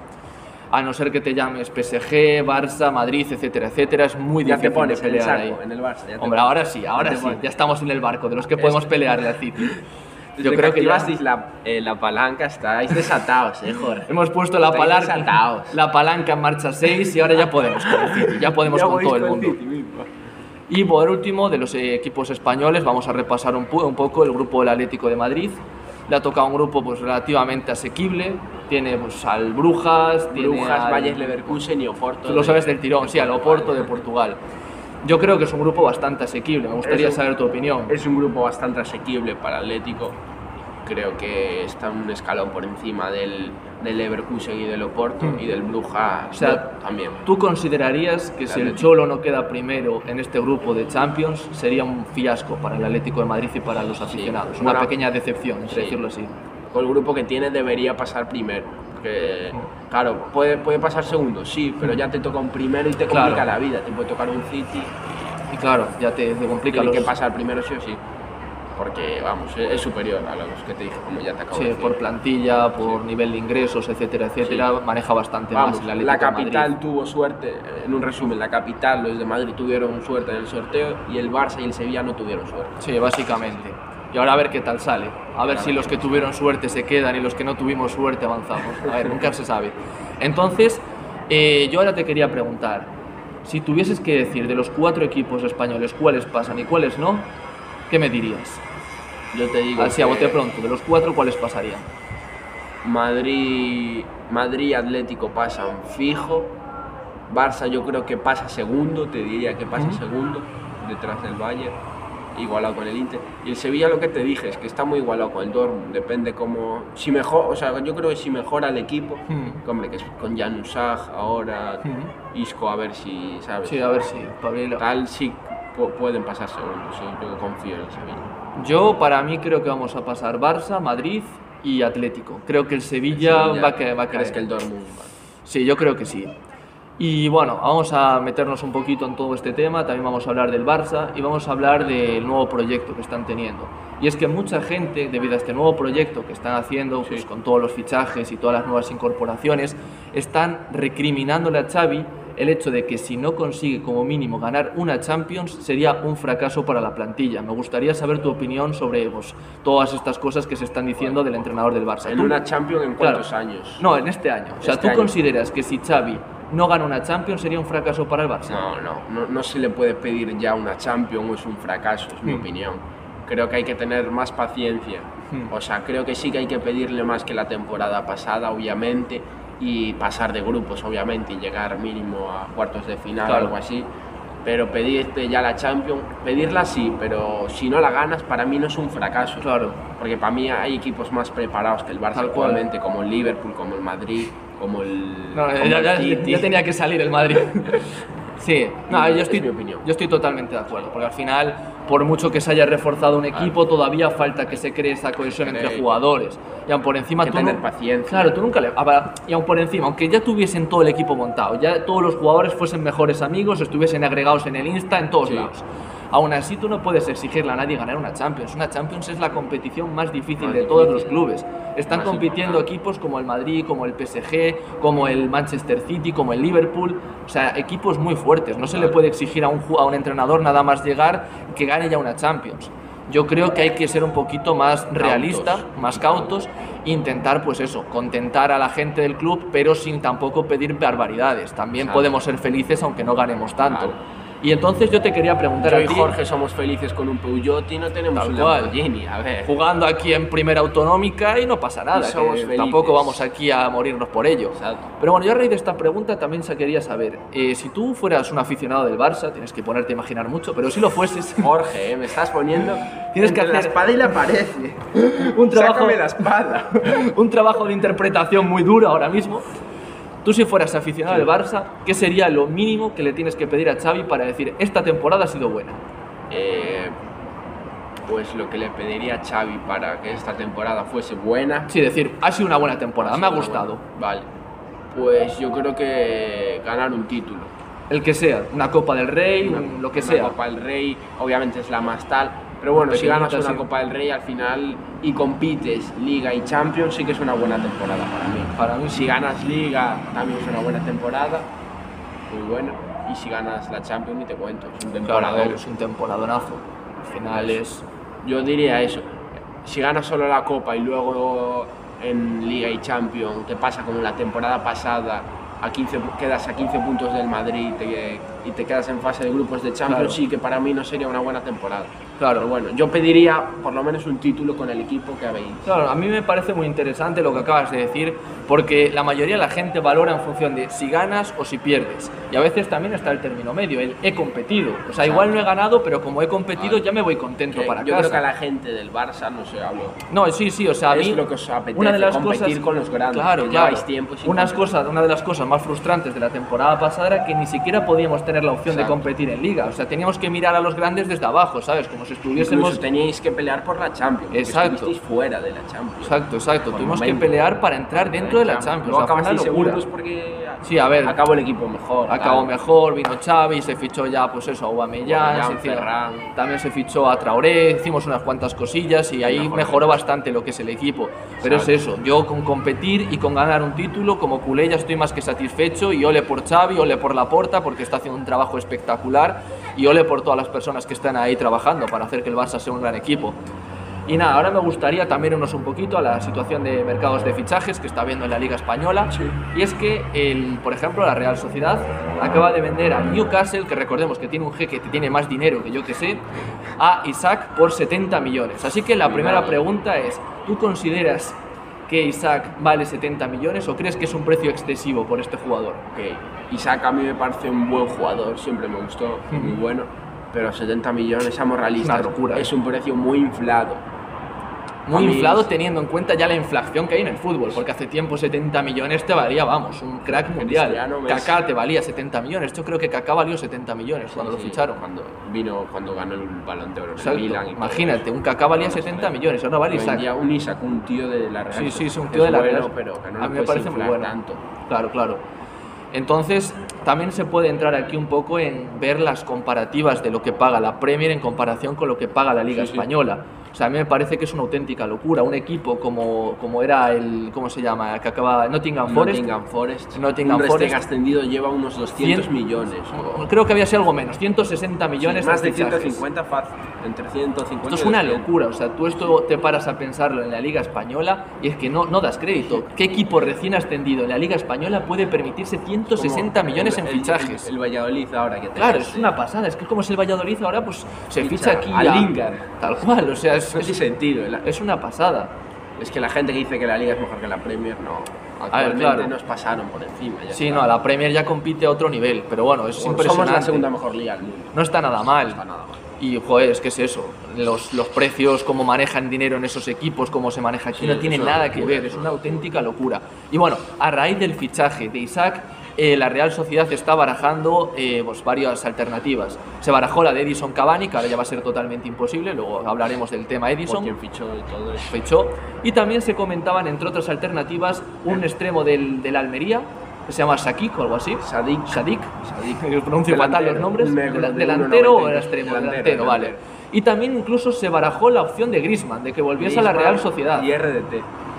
Speaker 3: A no ser que te llames PSG, Barça, Madrid, etcétera, etcétera, es muy
Speaker 4: Ya
Speaker 3: difícil
Speaker 4: te
Speaker 3: de
Speaker 4: pones en el
Speaker 3: pelear
Speaker 4: saco,
Speaker 3: ahí.
Speaker 4: en el Barça. ya te
Speaker 3: Hombre, ahora sí, ahora
Speaker 4: te
Speaker 3: sí,
Speaker 4: pones.
Speaker 3: ya estamos en el barco de los que podemos
Speaker 4: Es-
Speaker 3: pelearle al City.
Speaker 4: Desde
Speaker 3: Yo creo que ya-
Speaker 4: activasteis la, eh, la palanca estáis desatados, eh, Jorge.
Speaker 3: Hemos puesto la
Speaker 4: Estáis
Speaker 3: palanca,
Speaker 4: desatados.
Speaker 3: la palanca en marcha 6 y ahora ya podemos con el City, ya podemos
Speaker 4: Ya
Speaker 3: con
Speaker 4: voy
Speaker 3: todo el
Speaker 4: con
Speaker 3: mundo.
Speaker 4: City mismo.
Speaker 3: Y por último, de los eh, equipos españoles, vamos a repasar un, pu- un poco el grupo del Atlético de Madrid. Le ha tocado un grupo pues, relativamente asequible. Tiene pues, al Brujas, tiene
Speaker 4: Brujas,
Speaker 3: al-
Speaker 4: Valles, Leverkusen y Oporto.
Speaker 3: Tú lo
Speaker 4: de-
Speaker 3: sabes del tirón, sí, al Oporto de Portugal. Yo creo que es un grupo bastante asequible. Me gustaría
Speaker 4: Es un-
Speaker 3: saber tu opinión.
Speaker 4: Es un grupo bastante asequible para Atlético. Creo que está un escalón por encima del, del Leverkusen y del Oporto y del Brujas
Speaker 3: Mm. O sea,
Speaker 4: ¿no? también.
Speaker 3: ¿Tú considerarías que si el
Speaker 4: Atlético.
Speaker 3: Cholo no queda primero en este grupo de Champions, sería un fiasco para el Atlético de Madrid y para los aficionados? Una
Speaker 4: Bueno,
Speaker 3: pequeña decepción, entre
Speaker 4: sí.
Speaker 3: decirlo así.
Speaker 4: Con el grupo que tiene debería pasar primero. Que,
Speaker 3: Mm.
Speaker 4: claro, puede, puede pasar segundo, sí, pero ya te toca un primero y te
Speaker 3: Claro.
Speaker 4: complica la vida. Te puede tocar un City,
Speaker 3: Y claro, ya te, te complica
Speaker 4: tiene
Speaker 3: los...
Speaker 4: que pasar primero sí o sí. Porque, vamos, es, es superior a los que te dije, como ya te acabo de
Speaker 3: Sí,
Speaker 4: decir.
Speaker 3: por plantilla, por nivel de ingresos, etcétera, etcétera, maneja bastante
Speaker 4: Vamos,
Speaker 3: más el Atlético
Speaker 4: la
Speaker 3: de Madrid.
Speaker 4: capital tuvo suerte, en un resumen, la capital, los de Madrid tuvieron suerte en el sorteo y el Barça y el Sevilla no tuvieron suerte.
Speaker 3: Sí, básicamente. Y ahora a ver qué tal sale. A ver si los que tuvieron suerte se quedan y los que no tuvimos suerte avanzamos. A ver, nunca se sabe. Entonces, eh, yo ahora te quería preguntar, si tuvieses que decir de los cuatro equipos españoles cuáles pasan y cuáles no, ¿qué me dirías?
Speaker 4: Yo te digo
Speaker 3: Así a
Speaker 4: que
Speaker 3: bote pronto, de los cuatro cuáles pasarían.
Speaker 4: Madrid, Madrid y Atlético pasan fijo, Barça yo creo que pasa segundo, te diría que pasa
Speaker 3: Ujú.
Speaker 4: segundo, detrás del Bayern, igualado con el Inter. Y el Sevilla lo que te dije es que está muy igualado con el Dortmund, depende cómo... Si mejor, o sea, yo creo que si mejora el equipo,
Speaker 3: Hmm.
Speaker 4: que, hombre, que es con Jan Usaj ahora... Isco a ver si sabes.
Speaker 3: Sí, a ver si, Pablo.
Speaker 4: Tal sí pu- pueden pasar segundos, sí, yo confío en el Sevilla.
Speaker 3: Yo, para mí, creo que vamos a pasar Barça, Madrid y Atlético. Creo que el Sevilla, va a, ca- va a
Speaker 4: ¿Crees
Speaker 3: caer.
Speaker 4: que el Dortmund va?
Speaker 3: Sí, yo creo que sí. Y bueno, vamos a meternos un poquito en todo este tema, también vamos a hablar del Barça y vamos a hablar del nuevo proyecto que están teniendo. Y es que mucha gente, debido a este nuevo proyecto que están haciendo,
Speaker 4: Sí.
Speaker 3: pues con todos los fichajes y todas las nuevas incorporaciones, están recriminándole a Xavi el hecho de que si no consigue como mínimo ganar una Champions sería un fracaso para la plantilla. Me gustaría saber tu opinión sobre pues, todas estas cosas que se están diciendo del entrenador del Barça.
Speaker 4: En
Speaker 3: ¿Tú
Speaker 4: una Champions en cuántos
Speaker 3: Claro.
Speaker 4: años?
Speaker 3: no, en este año. O sea,
Speaker 4: Este
Speaker 3: ¿tú
Speaker 4: año.
Speaker 3: consideras que si Xavi no gana una Champions sería un fracaso para el Barça?
Speaker 4: No, no, no, no se le puede pedir ya una Champions o es un fracaso, es mi
Speaker 3: Hmm.
Speaker 4: opinión. Creo que hay que tener más paciencia.
Speaker 3: Hmm.
Speaker 4: O sea, creo que sí que hay que pedirle más que la temporada pasada, obviamente, y pasar de grupos, obviamente, y llegar mínimo a cuartos de final
Speaker 3: Claro.
Speaker 4: o algo así. Pero pedirte ya la Champions, pedirla sí, pero si no la ganas, para mí no es un fracaso.
Speaker 3: Claro.
Speaker 4: Porque para mí hay equipos más preparados que el Barça
Speaker 3: Tal cual.
Speaker 4: actualmente, como el Liverpool, como el Madrid, como el.
Speaker 3: No,
Speaker 4: como
Speaker 3: ya,
Speaker 4: el
Speaker 3: ya-
Speaker 4: City.
Speaker 3: ya tenía que salir el Madrid. Sí, no,
Speaker 4: Es
Speaker 3: yo, estoy,
Speaker 4: mi opinión.
Speaker 3: yo estoy totalmente de acuerdo, porque al final, por mucho que se haya reforzado un equipo, todavía falta que se cree esa cohesión entre
Speaker 4: Cree.
Speaker 3: jugadores. Y aun por encima
Speaker 4: Hay que
Speaker 3: tú
Speaker 4: tener
Speaker 3: nu-
Speaker 4: paciencia.
Speaker 3: Claro, tú nunca le. a ver, Y aun por encima, aunque ya tuviesen todo el equipo montado, ya todos los jugadores fuesen mejores amigos, estuviesen agregados en el Insta, en todos
Speaker 4: Sí.
Speaker 3: lados. Aún así, tú no puedes exigirle a nadie ganar una Champions. Una Champions es la competición más difícil
Speaker 4: Más
Speaker 3: de todos los
Speaker 4: difícil.
Speaker 3: clubes. Están
Speaker 4: Más
Speaker 3: compitiendo
Speaker 4: importante.
Speaker 3: equipos como el Madrid, como el PSG, como el Manchester City, como el Liverpool. O sea, equipos muy fuertes. No se le
Speaker 4: Claro.
Speaker 3: puede exigir a un, ju- a un entrenador nada más llegar que gane ya una Champions. yo creo que hay que ser un poquito más realista, más cautos, e intentar, pues eso, contentar a la gente del club, pero sin tampoco pedir barbaridades. También
Speaker 4: Claro.
Speaker 3: podemos ser felices aunque no ganemos tanto.
Speaker 4: Claro.
Speaker 3: Y entonces yo te quería preguntar
Speaker 4: Yo
Speaker 3: a
Speaker 4: y
Speaker 3: ti,
Speaker 4: Jorge somos felices con un Peugeot y no tenemos
Speaker 3: Tal
Speaker 4: un
Speaker 3: cual.
Speaker 4: Lamborghini, a ver.
Speaker 3: jugando aquí en primera autonómica y no pasa nada, que
Speaker 4: somos felices.
Speaker 3: tampoco vamos aquí a morirnos por ello.
Speaker 4: Exacto.
Speaker 3: Pero bueno, yo a raíz de esta pregunta también se quería saber, eh, si tú fueras un aficionado del Barça, tienes que ponerte a imaginar mucho, pero si lo fueses,
Speaker 4: Jorge, ¿eh? me estás poniendo
Speaker 3: Tienes que
Speaker 4: entre la
Speaker 3: hacer-
Speaker 4: espada y la pared.
Speaker 3: Un trabajo-
Speaker 4: Sácame la espada.
Speaker 3: un trabajo de interpretación muy duro ahora mismo. Tú si fueras aficionado del Barça, ¿qué sería lo mínimo que le tienes que pedir a Xavi para decir esta temporada ha sido buena?
Speaker 4: Eh, pues lo que le pediría a Xavi para que esta temporada fuese buena.
Speaker 3: Sí, decir, ha sido una buena temporada, Ah, me ha gustado.
Speaker 4: Vale. Pues yo creo que ganar un título.
Speaker 3: El que sea, una Copa del Rey,
Speaker 4: Una-
Speaker 3: un- lo que
Speaker 4: una
Speaker 3: sea.
Speaker 4: Copa del Rey, obviamente es la más tal. Pero bueno, si
Speaker 3: Pequeñita,
Speaker 4: ganas una
Speaker 3: sí.
Speaker 4: Copa del Rey al final y compites Liga y Champions, sí que es una buena temporada para mí.
Speaker 3: Para mí
Speaker 4: Si
Speaker 3: sí.
Speaker 4: ganas Liga, también es una buena temporada. Muy bueno. Y si ganas la Champions, ni te cuento. Es un
Speaker 3: Claro, a
Speaker 4: temporada.
Speaker 3: ver, es un temporadonazo. Al final es...
Speaker 4: Yo diría eso. Si ganas solo la Copa y luego en Liga y Champions te pasa como la temporada pasada, a 15, pu- quedas a 15 puntos del Madrid y te, y te quedas en fase de grupos de Champions,
Speaker 3: Claro.
Speaker 4: sí que para mí no sería una buena temporada. Pero
Speaker 3: Claro,
Speaker 4: bueno, yo pediría por lo menos un título con el equipo que habéis.
Speaker 3: Claro, a mí me parece muy interesante lo que acabas de decir, porque la mayoría de la gente valora en función de si ganas o si pierdes. Y a veces también está el término medio, el he competido. O sea, igual no he ganado, pero como he competido
Speaker 4: Claro.
Speaker 3: ya me voy contento
Speaker 4: Que
Speaker 3: para
Speaker 4: Eh, yo
Speaker 3: casa.
Speaker 4: creo que a la gente del Barça no se habla.
Speaker 3: No, sí, sí, o sea, a
Speaker 4: Es
Speaker 3: mí
Speaker 4: lo que os apetece,
Speaker 3: una de las
Speaker 4: competir
Speaker 3: cosas,
Speaker 4: con los grandes,
Speaker 3: Claro,
Speaker 4: que
Speaker 3: claro.
Speaker 4: lleváis tiempo sin
Speaker 3: Unas
Speaker 4: competir.
Speaker 3: cosas, una de las cosas más frustrantes de la temporada pasada era que ni siquiera podíamos tener la opción
Speaker 4: Exacto.
Speaker 3: de competir en liga, o sea, teníamos que mirar a los grandes desde abajo, ¿sabes? Como si
Speaker 4: Incluso
Speaker 3: estuviésemos
Speaker 4: teníais que pelear por la Champions. porque
Speaker 3: Exacto.
Speaker 4: estuvisteis fuera de la Champions.
Speaker 3: Exacto, exacto.
Speaker 4: Por
Speaker 3: Tuvimos que
Speaker 4: momento.
Speaker 3: pelear para entrar dentro de la Champions.
Speaker 4: No
Speaker 3: o sea, fue una
Speaker 4: acabasteis
Speaker 3: locura.
Speaker 4: segundos porque
Speaker 3: Sí, a ver.
Speaker 4: acabó el equipo mejor.
Speaker 3: Acabó
Speaker 4: claro.
Speaker 3: mejor, vino Xavi, se fichó ya, pues eso, a Aubameyang,
Speaker 4: Aubameyang,
Speaker 3: se hicieron-
Speaker 4: Ferran.
Speaker 3: también se fichó a Traoré, hicimos unas cuantas cosillas y ahí
Speaker 4: Mejoró.
Speaker 3: mejoró bastante lo que es el equipo. Pero es
Speaker 4: Exacto.
Speaker 3: eso, yo con competir y con ganar un título, como culé ya estoy más que satisfecho y ole por Xavi, ole por Laporta, porque está haciendo un trabajo espectacular y ole por todas las personas que están ahí trabajando para hacer que el Barça sea un gran equipo. Y nada, ahora me gustaría también irnos un poquito a la situación de mercados de fichajes que está habiendo en la Liga Española. Y es que, el, por ejemplo, la Real Sociedad acaba de vender a Newcastle, que recordemos que tiene un jeque que tiene más dinero que yo que sé, a Isaac por 70 millones. Así que la primera pregunta es, ¿tú consideras que Isaac vale 70 millones o crees que es un precio excesivo por este jugador?
Speaker 4: Ok. Isaac a mí me parece un buen jugador, siempre me gustó, muy
Speaker 3: Ujú.
Speaker 4: bueno. Pero 70 millones, seamos realistas.
Speaker 3: Una locura,
Speaker 4: Es
Speaker 3: eh.
Speaker 4: un precio muy inflado.
Speaker 3: Muy
Speaker 4: A mí
Speaker 3: inflado
Speaker 4: es-
Speaker 3: teniendo en cuenta ya la inflación que hay en el fútbol, porque hace tiempo 70 millones te valía, vamos, un crack
Speaker 4: Cristiano,
Speaker 3: mundial.
Speaker 4: Messi.
Speaker 3: Kaká te valía 70 millones, yo creo que Kaká valió 70 millones cuando
Speaker 4: Sí,
Speaker 3: lo
Speaker 4: sí,
Speaker 3: ficharon.
Speaker 4: Cuando vino, cuando ganó el balón de oro en el
Speaker 3: Exacto.
Speaker 4: Milan. y todo
Speaker 3: Imagínate,
Speaker 4: eso.
Speaker 3: un Kaká valía
Speaker 4: Vamos a
Speaker 3: 70
Speaker 4: ver.
Speaker 3: millones, ahora vale
Speaker 4: Lo
Speaker 3: Isaac.
Speaker 4: vendía un Isaac, un tío de la Real.
Speaker 3: Sí, sí, es un
Speaker 4: que
Speaker 3: tío de la
Speaker 4: bueno,
Speaker 3: Real.
Speaker 4: pero que no
Speaker 3: a mí
Speaker 4: lo
Speaker 3: me
Speaker 4: puedes
Speaker 3: parece muy
Speaker 4: inflar
Speaker 3: bueno.
Speaker 4: tanto.
Speaker 3: Claro, claro. Entonces, también se puede entrar aquí un poco en ver las comparativas de lo que paga la Premier en comparación con lo que paga la Liga
Speaker 4: Sí, sí.
Speaker 3: Española. O sea, a mí me parece que es una auténtica locura. Un equipo como, como era el, ¿cómo se llama? El que acaba Nottingham Forest.
Speaker 4: Nottingham Forest.
Speaker 3: Nottingham
Speaker 4: un
Speaker 3: Forest.
Speaker 4: recién ascendido lleva unos 200
Speaker 3: Cien-
Speaker 4: millones. o-
Speaker 3: Creo que había sido algo menos, 160 millones
Speaker 4: Sí, más
Speaker 3: en
Speaker 4: de
Speaker 3: fichajes.
Speaker 4: 150 fácil. Entre 150
Speaker 3: Esto
Speaker 4: y
Speaker 3: es una
Speaker 4: 200.
Speaker 3: locura, o sea, tú esto te paras a pensarlo en la Liga Española y es que no, no das crédito. ¿Qué equipo recién ascendido en la Liga Española puede permitirse
Speaker 4: Como
Speaker 3: 160 millones en
Speaker 4: el- el-
Speaker 3: fichajes?
Speaker 4: El, Valladolid ahora que
Speaker 3: Claro,
Speaker 4: tenés,
Speaker 3: es
Speaker 4: eh,
Speaker 3: una pasada, es que como es el Valladolid ahora, pues se
Speaker 4: Ficha Pues
Speaker 3: ficha aquí
Speaker 4: a Lingard.
Speaker 3: Tal cual, o sea, es,
Speaker 4: No tiene
Speaker 3: es,
Speaker 4: sentido. la-
Speaker 3: es una pasada.
Speaker 4: Es que la gente que dice que la Liga es mejor que la Premier, no. Actualmente
Speaker 3: claro.
Speaker 4: nos pasaron por encima. ya
Speaker 3: Sí,
Speaker 4: está.
Speaker 3: no, la Premier ya compite a otro nivel, pero bueno, es
Speaker 4: Somos
Speaker 3: impresionante.
Speaker 4: la segunda mejor liga del mundo.
Speaker 3: No está nada mal.
Speaker 4: No está nada mal.
Speaker 3: Y, joder, es que es eso. Los, los precios, cómo manejan dinero en esos equipos, cómo se maneja aquí,
Speaker 4: Sí,
Speaker 3: no tiene
Speaker 4: es una
Speaker 3: nada que
Speaker 4: locura,
Speaker 3: ver.
Speaker 4: es
Speaker 3: Es
Speaker 4: una
Speaker 3: una auténtica locura. Y bueno, a raíz del fichaje de Isaac, eh, la Real Sociedad está barajando eh, pues, varias alternativas. Se barajó la de Edison Cavani, que ahora ya va a ser totalmente imposible. Luego hablaremos del tema
Speaker 4: Por
Speaker 3: Edison
Speaker 4: quien fichó y todo eso.
Speaker 3: fichó. Y también se comentaban, entre otras alternativas, un extremo del, del Almería, que se llama Sakik o algo así.
Speaker 4: Sadik.
Speaker 3: Sadik.
Speaker 4: Sadik.
Speaker 3: Yo pronuncio fatal los
Speaker 4: Delantero,
Speaker 3: nombres.
Speaker 4: un negro
Speaker 3: Dela-
Speaker 4: de
Speaker 3: delantero o
Speaker 4: 1,90.
Speaker 3: era extremo, delantero,
Speaker 4: Delantero,
Speaker 3: vale.
Speaker 4: delantero.
Speaker 3: Y también incluso se barajó la opción de Griezmann, de que volviese a la Real Sociedad.
Speaker 4: Y RDT.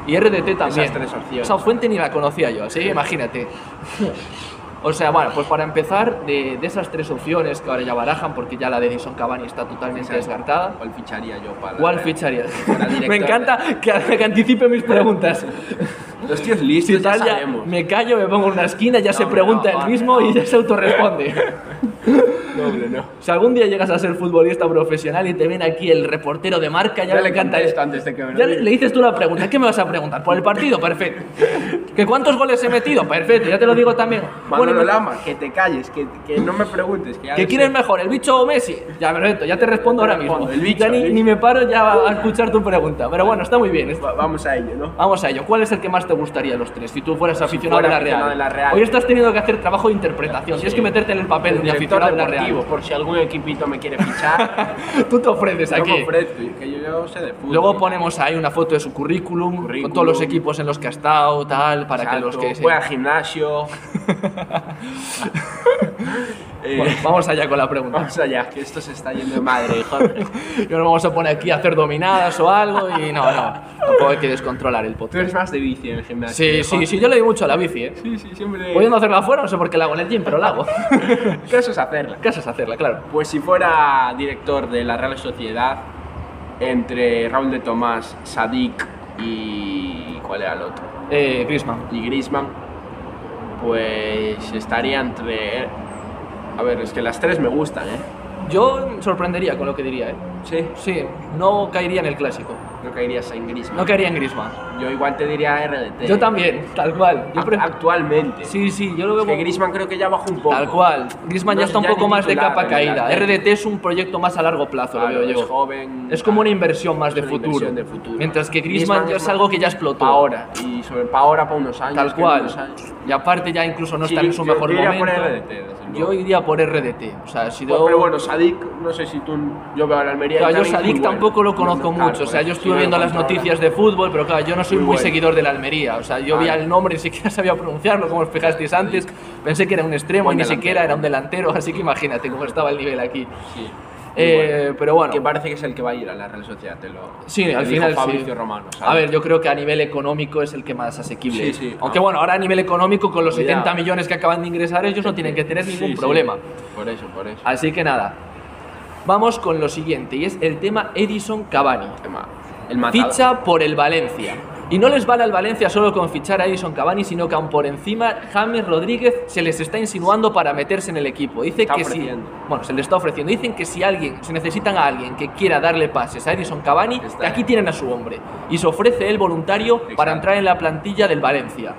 Speaker 3: Y RDT también.
Speaker 4: tres opciones.
Speaker 3: Esa fuente ni la conocía yo, así que imagínate. O sea, bueno, pues para empezar, de, de esas tres opciones que ahora ya barajan, porque ya la de Edison Cavani está totalmente
Speaker 4: Exacto.
Speaker 3: descartada,
Speaker 4: ¿Cuál ficharía yo para.?
Speaker 3: ¿cuál ficharías?
Speaker 4: Para director.
Speaker 3: Me encanta que, que anticipe mis preguntas.
Speaker 4: Los tíos
Speaker 3: Si
Speaker 4: listos, ya
Speaker 3: tal, ya
Speaker 4: sabemos.
Speaker 3: me callo, me pongo en una esquina, ya
Speaker 4: No,
Speaker 3: se
Speaker 4: hombre,
Speaker 3: pregunta
Speaker 4: no,
Speaker 3: él
Speaker 4: vale,
Speaker 3: mismo
Speaker 4: no.
Speaker 3: y ya se autorresponde.
Speaker 4: No, hombre, no.
Speaker 3: Si algún día llegas a ser futbolista profesional y te viene aquí el reportero de marca, ya, le
Speaker 4: Ya le
Speaker 3: encanta
Speaker 4: contesto
Speaker 3: esto.
Speaker 4: antes de que me lo
Speaker 3: ya
Speaker 4: diga.
Speaker 3: le, le dices tú la pregunta, ¿qué me vas a preguntar? ¿Por el partido? Perfecto. ¿Que cuántos goles he metido? Perfecto, ya te lo digo también.
Speaker 4: Manolo
Speaker 3: Bueno,
Speaker 4: Lama, que te calles, que, que no me preguntes. Que, ya
Speaker 3: ¿Qué
Speaker 4: lo
Speaker 3: quieres
Speaker 4: sé.
Speaker 3: mejor, el bicho o Messi? Ya, perfecto, ya te respondo
Speaker 4: Te
Speaker 3: ahora
Speaker 4: respondo,
Speaker 3: mismo.
Speaker 4: el bicho,
Speaker 3: ya ni,
Speaker 4: el bicho.
Speaker 3: ni me paro ya a escuchar tu pregunta. Pero bueno, está muy bien. está-
Speaker 4: Va- Vamos a ello, ¿no?
Speaker 3: Vamos a ello. ¿Cuál es el que más te gustaría de los tres si tú fueras aficionado,
Speaker 4: fuera
Speaker 3: de, la
Speaker 4: aficionado
Speaker 3: Real?
Speaker 4: de la Real.
Speaker 3: Hoy estás teniendo que hacer trabajo de interpretación. Tienes que meterte en el papel de un
Speaker 4: Director
Speaker 3: aficionado de la
Speaker 4: deportivo,
Speaker 3: Real.
Speaker 4: por si algún equipito me quiere fichar.
Speaker 3: Tú te ofreces
Speaker 4: yo
Speaker 3: aquí.
Speaker 4: me ofrezco, que yo, yo sé de fútbol.
Speaker 3: Luego ponemos ahí una foto de su currículum, con
Speaker 4: Currículum.
Speaker 3: todos los equipos en los que ha estado, tal, para que
Speaker 4: Exacto,
Speaker 3: los que se-
Speaker 4: Voy al gimnasio. Eh,
Speaker 3: Bueno, vamos allá con la pregunta.
Speaker 4: vamos allá, que esto se está yendo de madre, Jorge.
Speaker 3: Y nos vamos a poner aquí a hacer dominadas o algo y no, no, tampoco hay que descontrolar el
Speaker 4: Tú
Speaker 3: podcast.
Speaker 4: eres más de bici en el gimnasio.
Speaker 3: Sí, sí,
Speaker 4: Jorge.
Speaker 3: sí, yo le doy mucho a la bici, ¿eh?
Speaker 4: Sí, sí, siempre.
Speaker 3: Pudiendo hacerla afuera, no sé por qué la hago en el gym, pero la hago.
Speaker 4: El caso es hacerla.
Speaker 3: ¿Qué haces hacerla, claro?
Speaker 4: Pues si fuera director de la Real Sociedad, entre Raúl de Tomás, Sadik y. ¿Cuál era el otro?
Speaker 3: Eh, Griezmann.
Speaker 4: Y Griezmann, pues estaría entre. A ver, es que las tres me gustan, ¿eh?
Speaker 3: Yo sorprendería con lo que diría, ¿eh?
Speaker 4: Sí.
Speaker 3: Sí, no caería en el clásico.
Speaker 4: No caerías en Griezmann.
Speaker 3: No caería en Griezmann.
Speaker 4: Yo igual te diría RDT.
Speaker 3: Yo también, tal cual. Yo
Speaker 4: Ac-
Speaker 3: pre-
Speaker 4: Actualmente.
Speaker 3: Sí, sí, yo lo veo
Speaker 4: Ah, Es que
Speaker 3: como-
Speaker 4: Griezmann creo que ya bajó un poco.
Speaker 3: Tal cual. Griezmann
Speaker 4: No
Speaker 3: ya
Speaker 4: es
Speaker 3: está un
Speaker 4: ya ni
Speaker 3: poco más de
Speaker 4: titular
Speaker 3: capa
Speaker 4: en el
Speaker 3: caída.
Speaker 4: Atlético.
Speaker 3: RDT es un proyecto más a largo plazo,
Speaker 4: Claro,
Speaker 3: lo veo yo.
Speaker 4: es joven.
Speaker 3: Es como una inversión más de
Speaker 4: Es una
Speaker 3: futuro.
Speaker 4: inversión de futuro.
Speaker 3: Mientras que Griezmann
Speaker 4: Griezmann
Speaker 3: ya
Speaker 4: es
Speaker 3: es algo que ya explotó.
Speaker 4: Ahora. Y sobre Paora para unos años.
Speaker 3: Tal
Speaker 4: que
Speaker 3: cual.
Speaker 4: unos años.
Speaker 3: Y aparte ya incluso no
Speaker 4: Sí,
Speaker 3: está en su
Speaker 4: yo-
Speaker 3: mejor
Speaker 4: yo iría
Speaker 3: momento.
Speaker 4: por RDT, desde
Speaker 3: Yo
Speaker 4: luego.
Speaker 3: iría por RDT. O sea, si
Speaker 4: Pues,
Speaker 3: yo-
Speaker 4: pero bueno, Sadik, no sé si tú. Yo veo a la Almería. y
Speaker 3: Claro, yo
Speaker 4: también es muy
Speaker 3: Sadik
Speaker 4: bueno.
Speaker 3: tampoco lo conozco
Speaker 4: No, no, claro, pues,
Speaker 3: mucho, o sea,
Speaker 4: por
Speaker 3: yo
Speaker 4: eso, si
Speaker 3: estuve
Speaker 4: no lo
Speaker 3: viendo las
Speaker 4: controlas.
Speaker 3: noticias de fútbol, pero claro, yo no soy muy,
Speaker 4: Muy bueno.
Speaker 3: seguidor de la Almería, o sea, yo vi
Speaker 4: Vale.
Speaker 3: el nombre y ni siquiera sabía pronunciarlo, como os fijasteis antes, pensé que era un extremo y
Speaker 4: Buen
Speaker 3: ni
Speaker 4: delantero.
Speaker 3: siquiera era un delantero, así que imagínate cómo estaba el nivel aquí.
Speaker 4: Sí. muy
Speaker 3: Eh,
Speaker 4: bueno.
Speaker 3: Pero bueno,
Speaker 4: Que parece que es el que va a ir a la Real Sociedad, te lo.
Speaker 3: Sí,
Speaker 4: te
Speaker 3: al
Speaker 4: dijo
Speaker 3: final sí.
Speaker 4: Fabricio Romano. ¿sabes?
Speaker 3: A ver, yo creo que a nivel económico es el que más asequible
Speaker 4: Sí,
Speaker 3: es.
Speaker 4: sí,
Speaker 3: Aunque
Speaker 4: no.
Speaker 3: bueno, ahora a nivel económico, con los
Speaker 4: Cuidado.
Speaker 3: 70 millones que acaban de ingresar, ellos no tienen que tener
Speaker 4: Sí,
Speaker 3: ningún
Speaker 4: sí.
Speaker 3: problema. Ah,
Speaker 4: Por eso, por eso.
Speaker 3: Así que nada, vamos con lo siguiente, y es el tema Edison Cavani.
Speaker 4: Tema, El matador.
Speaker 3: Ficha por el Valencia. Y no les vale al Valencia solo con fichar a Edison Cavani, sino que aún por encima James Rodríguez se les está insinuando para meterse en el equipo. Dice
Speaker 4: Está
Speaker 3: que si,
Speaker 4: ofreciendo.
Speaker 3: bueno, se le está ofreciendo. Dicen que si alguien, se necesitan a alguien que quiera darle pases a Edison Cavani,
Speaker 4: Está
Speaker 3: que aquí
Speaker 4: ahí.
Speaker 3: tienen a su hombre. Y se ofrece el voluntario para
Speaker 4: Exacto.
Speaker 3: entrar en la plantilla del Valencia.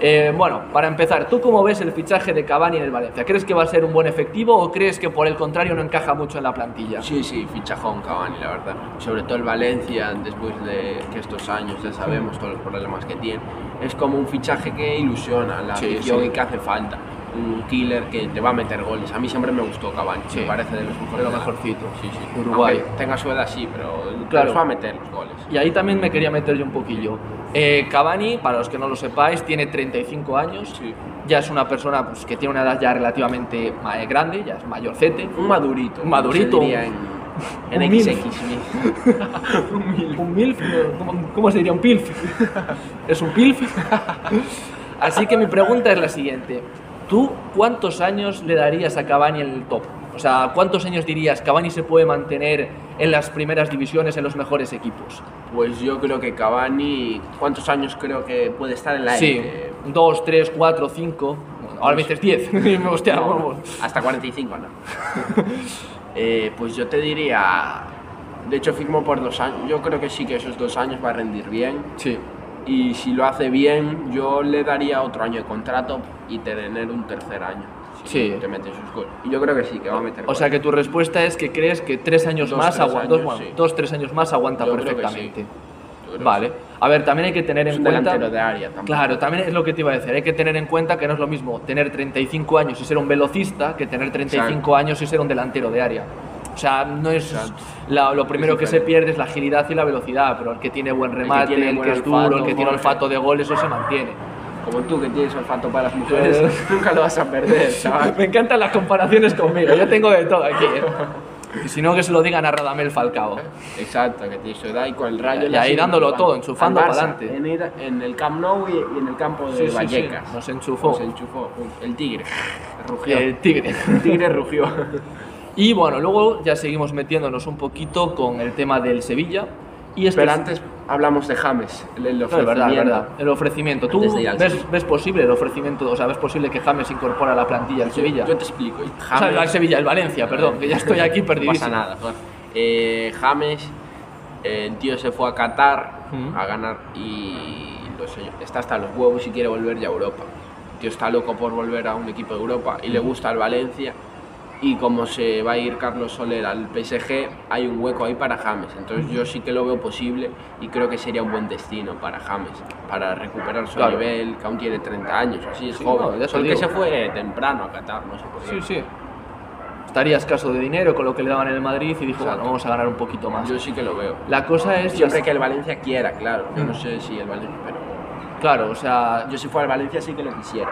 Speaker 3: Eh, bueno, para empezar, ¿tú cómo ves el fichaje de Cavani en el Valencia? ¿Crees que va a ser un buen efectivo o crees que por el contrario no encaja mucho en la plantilla?
Speaker 4: Sí, sí, fichajón Cavani, la verdad. Sobre todo el Valencia, después de que estos años ya sabemos todos los problemas que tiene, es como un fichaje que ilusiona a la
Speaker 3: Sí,
Speaker 4: afición
Speaker 3: sí.
Speaker 4: y que hace falta. Un killer que te va a meter goles. A mí siempre me gustó Cavani,
Speaker 3: Sí.
Speaker 4: me parece de los mejores.
Speaker 3: De lo
Speaker 4: de la-
Speaker 3: mejorcito.
Speaker 4: Sí, sí.
Speaker 3: Uruguay.
Speaker 4: Aunque tenga su edad, sí, pero
Speaker 3: Claro.
Speaker 4: claro. va a meter los goles.
Speaker 3: Y ahí también me quería meter yo un poquillo. Eh, Cavani, para los que no lo sepáis, tiene 35 años.
Speaker 4: Sí.
Speaker 3: Ya es una persona pues, que tiene una edad ya relativamente ma- eh, grande, ya es mayorcete.
Speaker 4: Un madurito.
Speaker 3: Un madurito,
Speaker 4: como se diría en,
Speaker 3: un
Speaker 4: en
Speaker 3: mil.
Speaker 4: XX.
Speaker 3: Un MILF, ¿cómo, cómo se diría? Un PILF. ¿Es un PILF? Así que mi pregunta es la siguiente. ¿Tú cuántos años le darías a Cavani en el top? O sea, ¿cuántos años dirías Cavani se puede mantener en las primeras divisiones, en los mejores equipos?
Speaker 4: Pues yo creo que Cavani, ¿cuántos años creo que puede estar en la
Speaker 3: Sí,
Speaker 4: élite?
Speaker 3: 2, 3, 4, 5. Ahora me dices 10. me hostia,
Speaker 4: No,
Speaker 3: vamos.
Speaker 4: Hasta 45, ¿no? Eh, pues yo te diría. De hecho, firmo por dos años. Yo creo que sí que esos dos años va a rendir bien.
Speaker 3: Sí.
Speaker 4: Y si lo hace bien, yo le daría otro año de contrato y tener un tercer año. Si
Speaker 3: Sí.
Speaker 4: Te mete sus goles. Y yo creo que sí, que va a meter
Speaker 3: O sea que tu respuesta es que crees que tres años
Speaker 4: Dos,
Speaker 3: más
Speaker 4: tres
Speaker 3: aguanta.
Speaker 4: años,
Speaker 3: Dos, bueno,
Speaker 4: sí.
Speaker 3: dos, tres años más aguanta
Speaker 4: Yo creo que
Speaker 3: perfectamente.
Speaker 4: sí. Yo creo que
Speaker 3: Vale. A ver, también hay que tener
Speaker 4: Es
Speaker 3: en
Speaker 4: un
Speaker 3: cuenta.
Speaker 4: delantero de área también.
Speaker 3: Claro, también es lo que te iba a decir. Hay que tener en cuenta que no es lo mismo tener 35 años y ser un velocista que tener 35
Speaker 4: Exacto.
Speaker 3: años y ser un delantero de área. O sea, no es.
Speaker 4: Exacto.
Speaker 3: la- lo primero que se
Speaker 4: diferente.
Speaker 3: pierde es la agilidad y la velocidad, pero el que tiene buen
Speaker 4: que
Speaker 3: remate, el
Speaker 4: tiene
Speaker 3: que,
Speaker 4: buen
Speaker 3: es duro, el
Speaker 4: olfato,
Speaker 3: que tiene
Speaker 4: Jorge.
Speaker 3: olfato de gol, eso se mantiene.
Speaker 4: Como tú que tienes olfato para las mujeres, nunca lo vas a perder, chaval.
Speaker 3: Me encantan las comparaciones conmigo, yo tengo de todo aquí. ¿eh? Y si no, que se lo digan a Radamel Falcao.
Speaker 4: Exacto, que te hizo da y con el rayo.
Speaker 3: Y
Speaker 4: le
Speaker 3: ahí
Speaker 4: hacía
Speaker 3: dándolo
Speaker 4: al-
Speaker 3: todo, enchufando
Speaker 4: al
Speaker 3: para
Speaker 4: Barça,
Speaker 3: adelante.
Speaker 4: En, ir- en el Camp Nou y, y en el campo de
Speaker 3: Sí, sí, sí,
Speaker 4: Vallecas.
Speaker 3: nos enchufó.
Speaker 4: Nos enchufó. Uy, El tigre. Rugió.
Speaker 3: El tigre.
Speaker 4: El tigre rugió.
Speaker 3: Y bueno, luego ya seguimos metiéndonos un poquito con el tema del Sevilla. Y este
Speaker 4: Pero
Speaker 3: esperando
Speaker 4: antes hablamos de James. El, el
Speaker 3: No, es verdad, es
Speaker 4: ofrecimiento.
Speaker 3: verdad. El ofrecimiento. ¿Tú
Speaker 4: Antes de ir al
Speaker 3: ves,
Speaker 4: Sevilla.
Speaker 3: ves posible el ofrecimiento? O sea, ¿ves posible que James incorpora a la plantilla del
Speaker 4: Yo-
Speaker 3: Sevilla?
Speaker 4: Yo te explico. James,
Speaker 3: O sea, al Sevilla, el Valencia, perdón, que ya estoy aquí
Speaker 4: No pasa
Speaker 3: perdidísimo.
Speaker 4: nada. joder. Eh, James, eh, el tío se fue a Qatar
Speaker 3: Ujú.
Speaker 4: a ganar y lo sé, está hasta los huevos y quiere volver ya a Europa. El tío está loco por volver a un equipo de Europa y le gusta el Valencia. Y como se va a ir Carlos Soler al PSG, hay un hueco ahí para James. Entonces yo sí que lo veo posible y creo que sería un buen destino para James, para recuperar su
Speaker 3: Claro.
Speaker 4: nivel, que aún tiene 30 años, así es
Speaker 3: Sí, no,
Speaker 4: joven.
Speaker 3: ya te
Speaker 4: Solo que
Speaker 3: digo.
Speaker 4: se fue temprano a Qatar, no sé por qué.
Speaker 3: Sí, sí. Estaría escaso de dinero con lo que le daban en el Madrid y dijo,
Speaker 4: Exacto.
Speaker 3: bueno, vamos a ganar un poquito más.
Speaker 4: Yo sí que lo veo.
Speaker 3: La cosa es...
Speaker 4: Siempre
Speaker 3: las-
Speaker 4: que el Valencia quiera, claro. Yo
Speaker 3: Mm.
Speaker 4: no sé si el Valencia, pero
Speaker 3: Claro, o sea,
Speaker 4: yo si fuera al Valencia sí que lo quisiera.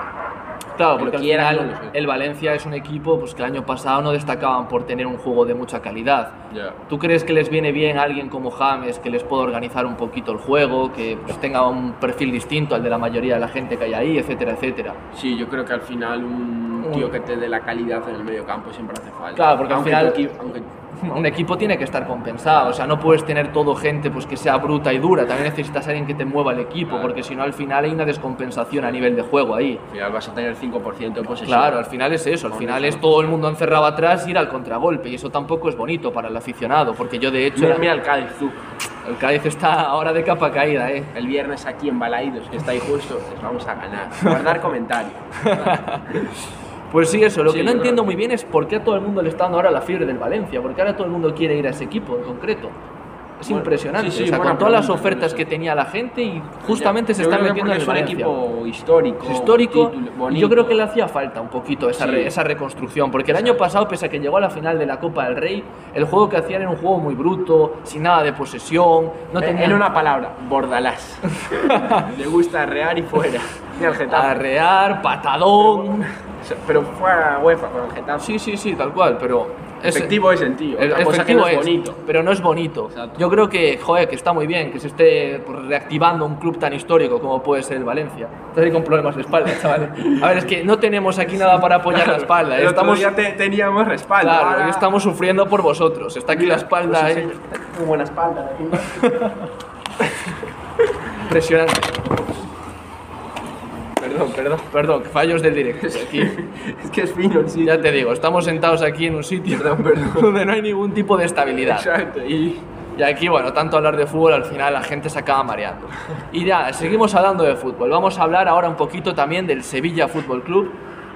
Speaker 3: Claro,
Speaker 4: Pero
Speaker 3: porque al
Speaker 4: quiera,
Speaker 3: final
Speaker 4: no lo sé.
Speaker 3: el Valencia es un equipo pues, que el año pasado no destacaban por tener un juego de mucha calidad.
Speaker 4: Ya.
Speaker 3: ¿Tú crees que les viene bien a alguien como James, que les pueda organizar un poquito el juego, que pues, tenga un perfil distinto al de la mayoría de la gente que hay ahí, etcétera, etcétera?
Speaker 4: Sí, yo creo que al final un
Speaker 3: Mm.
Speaker 4: tío que te dé la calidad en el medio campo siempre hace falta.
Speaker 3: Claro, porque al
Speaker 4: Aunque
Speaker 3: final-
Speaker 4: tu equipo- aunque-
Speaker 3: Un equipo tiene que estar compensado, o sea, no puedes tener todo gente pues, que sea bruta y dura, también necesitas a alguien que te mueva el equipo,
Speaker 4: Claro.
Speaker 3: porque si no al final hay una descompensación a nivel de juego ahí.
Speaker 4: al final vas a tener 5% de posesión.
Speaker 3: Claro, al final es eso, al
Speaker 4: Con
Speaker 3: final
Speaker 4: eso.
Speaker 3: es todo el mundo encerrado atrás y ir al contragolpe, y eso tampoco es bonito para el aficionado, porque yo de hecho...
Speaker 4: Mira, mira el Cádiz, tú.
Speaker 3: El Cádiz está ahora de capa caída, ¿eh?
Speaker 4: El viernes aquí en Balaidos, que está ahí justo, les vamos a ganar. Guardar comentario.
Speaker 3: Pues sí, eso. Lo
Speaker 4: Sí,
Speaker 3: que no
Speaker 4: yo creo
Speaker 3: entiendo
Speaker 4: que-
Speaker 3: muy bien es por qué a todo el mundo le está dando ahora la fiebre del Valencia, porque ahora todo el mundo quiere ir a ese equipo en concreto. Es
Speaker 4: Bueno,
Speaker 3: impresionante,
Speaker 4: sí, sí,
Speaker 3: o sea, con
Speaker 4: buena
Speaker 3: todas las
Speaker 4: pregunta,
Speaker 3: ofertas
Speaker 4: sí.
Speaker 3: que tenía la gente y justamente se
Speaker 4: Yo
Speaker 3: está
Speaker 4: creo que
Speaker 3: metiendo en el
Speaker 4: porque
Speaker 3: Valencia.
Speaker 4: Es un equipo histórico.
Speaker 3: Es histórico
Speaker 4: título-
Speaker 3: y
Speaker 4: bonito.
Speaker 3: yo creo que le hacía falta un poquito esa,
Speaker 4: Sí.
Speaker 3: re- esa reconstrucción, porque el año pasado, pese a que llegó a la final de la Copa del Rey, el juego que hacían era un juego muy bruto, sin nada de posesión, no
Speaker 4: Eh,
Speaker 3: tenían
Speaker 4: En una palabra, bordalás. Le gusta arrear y fuera. Mira el Getafe.
Speaker 3: arrear, patadón.
Speaker 4: Pero fue a UEFA con el Getafe.
Speaker 3: Sí, sí, sí, tal cual, pero es-
Speaker 4: efectivo es el tío.
Speaker 3: El
Speaker 4: otra cosa que
Speaker 3: efectivo
Speaker 4: no es,
Speaker 3: es,
Speaker 4: bonito.
Speaker 3: pero no es bonito.
Speaker 4: Exacto.
Speaker 3: Yo creo que, joder, que está muy bien que se esté pues, reactivando un club tan histórico como puede ser el Valencia. Estás ahí con problemas de espalda, chavales. A ver, es que no tenemos aquí nada para apoyar la espalda.
Speaker 4: El otro
Speaker 3: Estamos,
Speaker 4: día te- teníamos respaldo.
Speaker 3: claro,
Speaker 4: ahora-
Speaker 3: estamos sufriendo por vosotros. Está aquí la
Speaker 4: Mira,
Speaker 3: espalda
Speaker 4: pues
Speaker 3: eh,
Speaker 4: sí, sí, Muy buena espalda.
Speaker 3: impresionante.
Speaker 4: perdón, perdón.
Speaker 3: Perdón, que fallos del directo. Aquí,
Speaker 4: Es que es fino el sitio.
Speaker 3: ya te digo, estamos sentados aquí en un sitio
Speaker 4: Perdón, perdón.
Speaker 3: donde no hay ningún tipo de estabilidad.
Speaker 4: Exacto. Y
Speaker 3: Y aquí, bueno, tanto hablar de fútbol, al final la gente se acaba mareando. Y ya, seguimos hablando de fútbol. Vamos a hablar ahora un poquito también del Sevilla Fútbol Club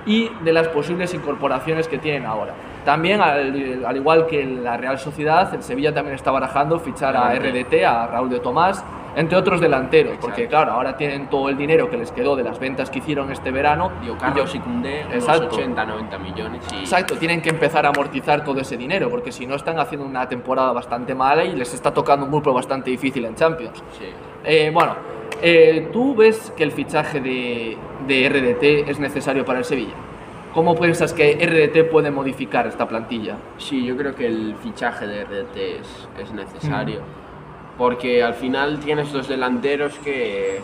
Speaker 3: y de las posibles incorporaciones que tienen ahora. También, al, al igual que la Real Sociedad, el Sevilla también está barajando fichar a RDT, a Raúl de Tomás, entre otros delanteros, porque
Speaker 4: Exacto.
Speaker 3: claro, ahora tienen todo el dinero que les quedó de las ventas que hicieron este verano.
Speaker 4: Dio
Speaker 3: y
Speaker 4: Carlos
Speaker 3: yo-
Speaker 4: y Cundé, unos
Speaker 3: Exacto.
Speaker 4: 80, 90 millones. Y...
Speaker 3: Exacto, tienen que empezar a amortizar todo ese dinero, porque si no están haciendo una temporada bastante mala y les está tocando un grupo bastante difícil en Champions.
Speaker 4: Sí.
Speaker 3: Eh, bueno, eh, ¿tú ves que el fichaje de, de RDT es necesario para el Sevilla? ¿Cómo piensas que RDT puede modificar esta plantilla?
Speaker 4: Sí, yo creo que el fichaje de RDT es, es necesario. Porque al final tienes dos delanteros que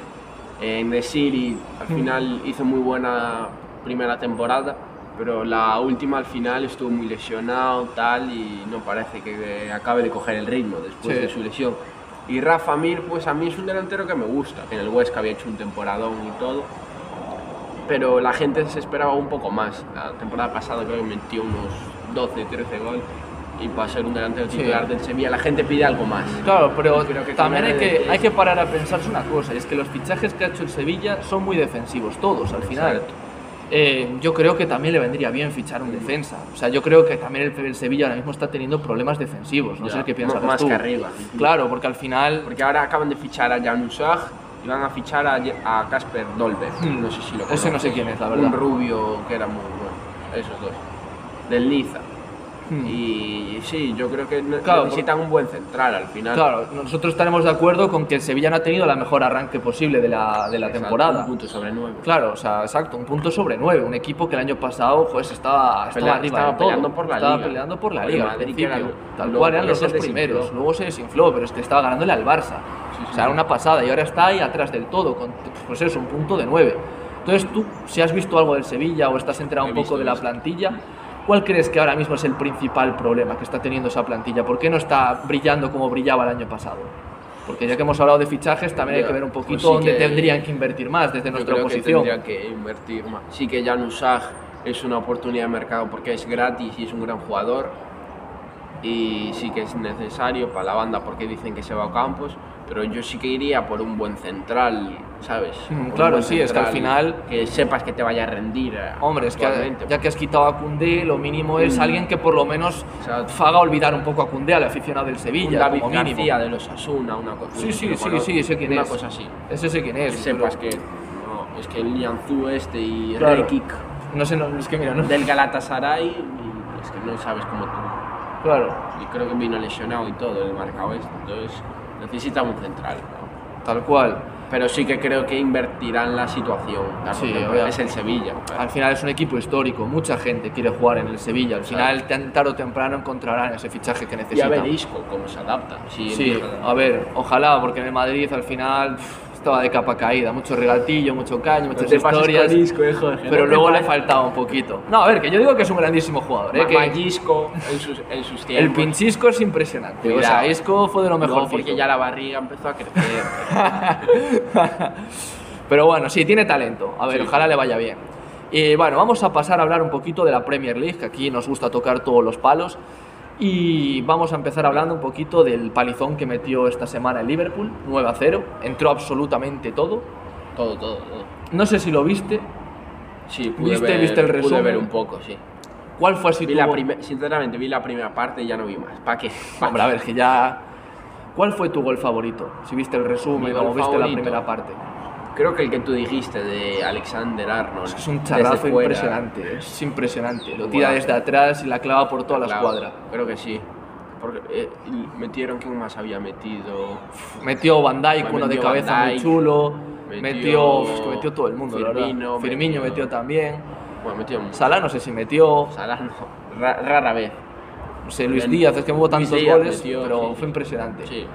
Speaker 4: eh, en The City al final hizo muy buena primera temporada, pero la última al final estuvo muy lesionado tal y no parece que acabe de coger el ritmo después
Speaker 3: Sí.
Speaker 4: de su lesión. Y Rafa Mir, pues a mí es un delantero que me gusta, que en el Huesca había hecho un temporadón y todo, pero la gente se esperaba un poco más. La temporada pasada creo que metió unos 12, 13 goles y para ser un delantero
Speaker 3: Sí.
Speaker 4: titular del Sevilla la gente pide algo más.
Speaker 3: Claro, pero
Speaker 4: Creo que con
Speaker 3: también hay que,
Speaker 4: RDT
Speaker 3: hay que parar a pensarse una cosa, y es que los fichajes que ha hecho el Sevilla son muy defensivos todos al final.
Speaker 4: Exacto.
Speaker 3: Eh, yo creo que también le vendría bien fichar un defensa. O sea, yo creo que también el, el Sevilla ahora mismo está teniendo problemas defensivos. No
Speaker 4: Ya,
Speaker 3: sé qué
Speaker 4: m-
Speaker 3: piensas
Speaker 4: más
Speaker 3: tú.
Speaker 4: que arriba.
Speaker 3: Claro, porque al final
Speaker 4: Porque ahora acaban de fichar a Jan Usaj y van a fichar a Ye- a Casper Dolberg.
Speaker 3: Hmm.
Speaker 4: mm, No sé si lo
Speaker 3: Ese no sé quién es, la
Speaker 4: Un
Speaker 3: verdad.
Speaker 4: rubio que era muy bueno. Esos dos. Del Niza.
Speaker 3: Hmm.
Speaker 4: Y sí, yo creo que ne-
Speaker 3: Claro,
Speaker 4: necesitan un buen central al final.
Speaker 3: Claro, nosotros estaremos de acuerdo con que el Sevilla no ha tenido la mejor arranque posible de la, de la
Speaker 4: Exacto,
Speaker 3: temporada.
Speaker 4: Un punto sobre nueve.
Speaker 3: Claro, o sea, exacto, un punto sobre nueve. Un equipo que el año pasado, pues, estaba, estaba
Speaker 4: Pelea-
Speaker 3: arriba
Speaker 4: estaba
Speaker 3: de todo.
Speaker 4: peleando por la
Speaker 3: estaba
Speaker 4: liga.
Speaker 3: peleando por la
Speaker 4: Oye,
Speaker 3: liga al
Speaker 4: Madrid, que
Speaker 3: principio.
Speaker 4: era lo-
Speaker 3: Tal
Speaker 4: lo
Speaker 3: cual eran
Speaker 4: que
Speaker 3: los
Speaker 4: se
Speaker 3: dos
Speaker 4: este desinfló.
Speaker 3: primeros. Luego se desinfló, pero este estaba ganándole al Barça.
Speaker 4: Sí, sí,
Speaker 3: o sea, era
Speaker 4: sí.
Speaker 3: una pasada y ahora está ahí atrás del todo, con, pues eso, un punto de nueve. Entonces tú, si has visto algo del Sevilla o estás enterado
Speaker 4: He
Speaker 3: un poco
Speaker 4: visto,
Speaker 3: de
Speaker 4: he
Speaker 3: la
Speaker 4: visto.
Speaker 3: plantilla, ¿cuál crees que ahora mismo es el principal problema que está teniendo esa plantilla? ¿Por qué no está brillando como brillaba el año pasado? Porque ya que hemos hablado de fichajes, también hay
Speaker 4: Ya,
Speaker 3: que ver un
Speaker 4: pues
Speaker 3: poquito
Speaker 4: sí
Speaker 3: dónde
Speaker 4: que-
Speaker 3: tendrían que invertir más desde
Speaker 4: Yo
Speaker 3: nuestra
Speaker 4: creo
Speaker 3: posición.
Speaker 4: Que tendrían que invertir más. Sí que Jan Usaj es una oportunidad de mercado porque es gratis y es un gran jugador. Y sí que es necesario para la banda porque dicen que se va a Campos. Pero yo sí que iría por un buen central, ¿sabes?
Speaker 3: Mm,
Speaker 4: Por un
Speaker 3: claro,
Speaker 4: buen
Speaker 3: sí, es que al
Speaker 4: central
Speaker 3: final-
Speaker 4: Que sepas que te vaya a rendir. eh,
Speaker 3: Hombre, es que
Speaker 4: actualmente.
Speaker 3: ya que has quitado a Cundé, lo mínimo es
Speaker 4: Mm.
Speaker 3: alguien que por lo menos
Speaker 4: Exacto.
Speaker 3: haga olvidar un poco a Cundé, al aficionado del
Speaker 4: Un
Speaker 3: Sevilla,
Speaker 4: David
Speaker 3: como mínimo.
Speaker 4: García de los Asuna, una cosa
Speaker 3: Sí, sí,
Speaker 4: lo
Speaker 3: sí,
Speaker 4: conozco,
Speaker 3: sí, sé quién
Speaker 4: Una
Speaker 3: es.
Speaker 4: cosa así.
Speaker 3: Ese sé quién
Speaker 4: Que
Speaker 3: es. pero-
Speaker 4: sepas que. No, es que el Lianzú este y
Speaker 3: Claro.
Speaker 4: Rekik
Speaker 3: No sé, no, es que mira, no.
Speaker 4: del Galatasaray y es que no sabes cómo tú.
Speaker 3: Claro,
Speaker 4: Y creo que vino lesionado y todo el marcado este, entonces necesita un central. ¿no?
Speaker 3: tal cual.
Speaker 4: Pero sí que creo que invertirán la situación. claro,
Speaker 3: Sí,
Speaker 4: porque
Speaker 3: obvia- Ah,
Speaker 4: es el Sevilla. pero-
Speaker 3: Al final es un equipo histórico, mucha gente quiere jugar en el Sevilla. Al final, tan tarde o temprano encontrarán ese fichaje que
Speaker 4: Y a
Speaker 3: necesitan.
Speaker 4: ver Isco cómo se adapta. Si
Speaker 3: Sí,
Speaker 4: empieza-
Speaker 3: a ver, ojalá, porque en el Madrid al final pff, estaba de capa caída, mucho regatillo, mucho caño,
Speaker 4: No
Speaker 3: muchas
Speaker 4: te pases
Speaker 3: historias.
Speaker 4: con Isco, hijo de- no
Speaker 3: Pero
Speaker 4: te
Speaker 3: luego le
Speaker 4: pases.
Speaker 3: faltaba un poquito. No, a ver, que yo digo que es un grandísimo jugador, ¿eh?
Speaker 4: Ma-
Speaker 3: que-
Speaker 4: Mallisco en sus, en sus
Speaker 3: El
Speaker 4: tiempos.
Speaker 3: pinchisco es impresionante. O
Speaker 4: Cuidado.
Speaker 3: sea, Isco fue de lo mejor.
Speaker 4: No, porque ya la barriga empezó a crecer.
Speaker 3: Pero bueno, sí, tiene talento. A ver,
Speaker 4: Sí.
Speaker 3: ojalá le vaya bien. Y bueno, vamos a pasar a hablar un poquito de la Premier League, que aquí nos gusta tocar todos los palos. Y vamos a empezar hablando un poquito del palizón que metió esta semana el Liverpool, 9 a 0. Entró absolutamente todo.
Speaker 4: todo, todo, todo.
Speaker 3: No sé si lo viste.
Speaker 4: Sí, pude
Speaker 3: ¿Viste-
Speaker 4: ver,
Speaker 3: viste el
Speaker 4: pude
Speaker 3: resumen?
Speaker 4: ver un poco, sí.
Speaker 3: ¿Cuál fue así
Speaker 4: Vi
Speaker 3: tu-
Speaker 4: la prime- sinceramente, vi la primera parte y ya no vi más. ¿Para qué? Pa'
Speaker 3: Hombre, a
Speaker 4: qué.
Speaker 3: ver, que ya. ¿Cuál fue tu gol favorito? Si viste el
Speaker 4: Mi
Speaker 3: resumen,
Speaker 4: gol
Speaker 3: como viste la
Speaker 4: favorito.
Speaker 3: primera parte.
Speaker 4: Creo que el que tú dijiste de Alexander Arnold.
Speaker 3: Es que es un
Speaker 4: Pues desde
Speaker 3: charrazo
Speaker 4: fuera,
Speaker 3: impresionante, ¿eh? es impresionante. Lo
Speaker 4: Un
Speaker 3: tira
Speaker 4: golazo.
Speaker 3: desde atrás y la clava por toda la
Speaker 4: claro,
Speaker 3: escuadra.
Speaker 4: Creo que sí. Porque eh, y metieron quién más había metido.
Speaker 3: Metió Van Dijk,
Speaker 4: Bueno,
Speaker 3: uno de
Speaker 4: Pues metió Van
Speaker 3: cabeza muy
Speaker 4: Dijk,
Speaker 3: chulo.
Speaker 4: metió-
Speaker 3: Metió. es que metió todo el mundo, la verdad.
Speaker 4: Firmino,
Speaker 3: Firmino
Speaker 4: metió-
Speaker 3: metió también.
Speaker 4: Bueno, metieron
Speaker 3: Salah no sé si metió.
Speaker 4: Salah no, ra- rara vez.
Speaker 3: No sé, Luis
Speaker 4: Ben-
Speaker 3: Díaz, es que hubo
Speaker 4: Luis
Speaker 3: tantos
Speaker 4: Díaz
Speaker 3: goles,
Speaker 4: metió,
Speaker 3: pero
Speaker 4: sí.
Speaker 3: fue impresionante.
Speaker 4: Sí.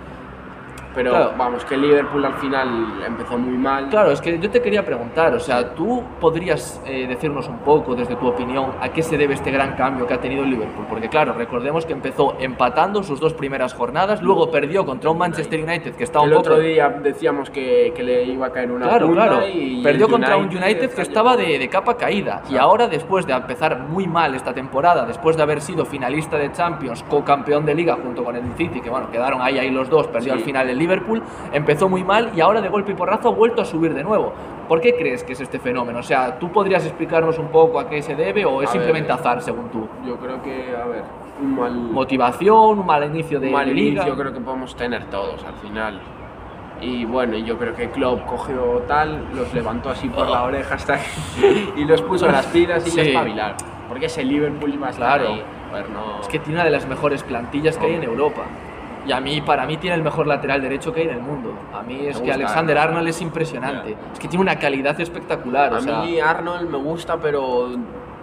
Speaker 4: Pero
Speaker 3: Claro.
Speaker 4: vamos, que Liverpool al final empezó muy mal.
Speaker 3: Claro, es que yo te quería preguntar, o sea, tú podrías eh, decirnos un poco, desde tu opinión, a qué se debe este gran cambio que ha tenido el Liverpool. Porque claro, recordemos que empezó empatando sus dos primeras jornadas, luego perdió contra un Manchester United que estaba
Speaker 4: el
Speaker 3: un poco...
Speaker 4: otro día decíamos que, que le iba a caer una
Speaker 3: Claro,
Speaker 4: punta
Speaker 3: claro.
Speaker 4: y el
Speaker 3: Perdió contra un United que
Speaker 4: cayó.
Speaker 3: estaba de, de capa caída. Y
Speaker 4: Claro.
Speaker 3: ahora, después de empezar muy mal esta temporada, después de haber sido finalista de Champions, co-campeón de Liga junto con el City, que bueno, quedaron ahí, ahí los dos, perdió al
Speaker 4: Sí.
Speaker 3: final el Liverpool, empezó muy mal y ahora de golpe y porrazo ha vuelto a subir de nuevo. ¿Por qué crees que es este fenómeno? O sea, ¿tú podrías explicarnos un poco a qué se debe o es
Speaker 4: A
Speaker 3: simplemente
Speaker 4: ver. eh.
Speaker 3: azar, según tú?
Speaker 4: Yo creo que, a ver, un mal,
Speaker 3: ¿Motivación? ¿Un mal inicio de,
Speaker 4: un mal
Speaker 3: de Liga?
Speaker 4: inicio creo que podemos tener todos al final. Y bueno, yo creo que Klopp cogió tal, los levantó así por la oreja hasta que- y los puso a las pilas y
Speaker 3: Oh. Sí.
Speaker 4: a espabilar. Porque ese Liverpool iba a estar
Speaker 3: Claro.
Speaker 4: ahí. A ver, no-
Speaker 3: Es que tiene una de las mejores plantillas que hay en Europa. Y a mí, para mí, tiene el mejor lateral derecho que hay en el mundo. A mí es que
Speaker 4: gusta,
Speaker 3: Alexander
Speaker 4: ¿eh?
Speaker 3: Arnold es impresionante. Es que tiene una calidad espectacular.
Speaker 4: a
Speaker 3: o sea,
Speaker 4: mí Arnold me gusta, pero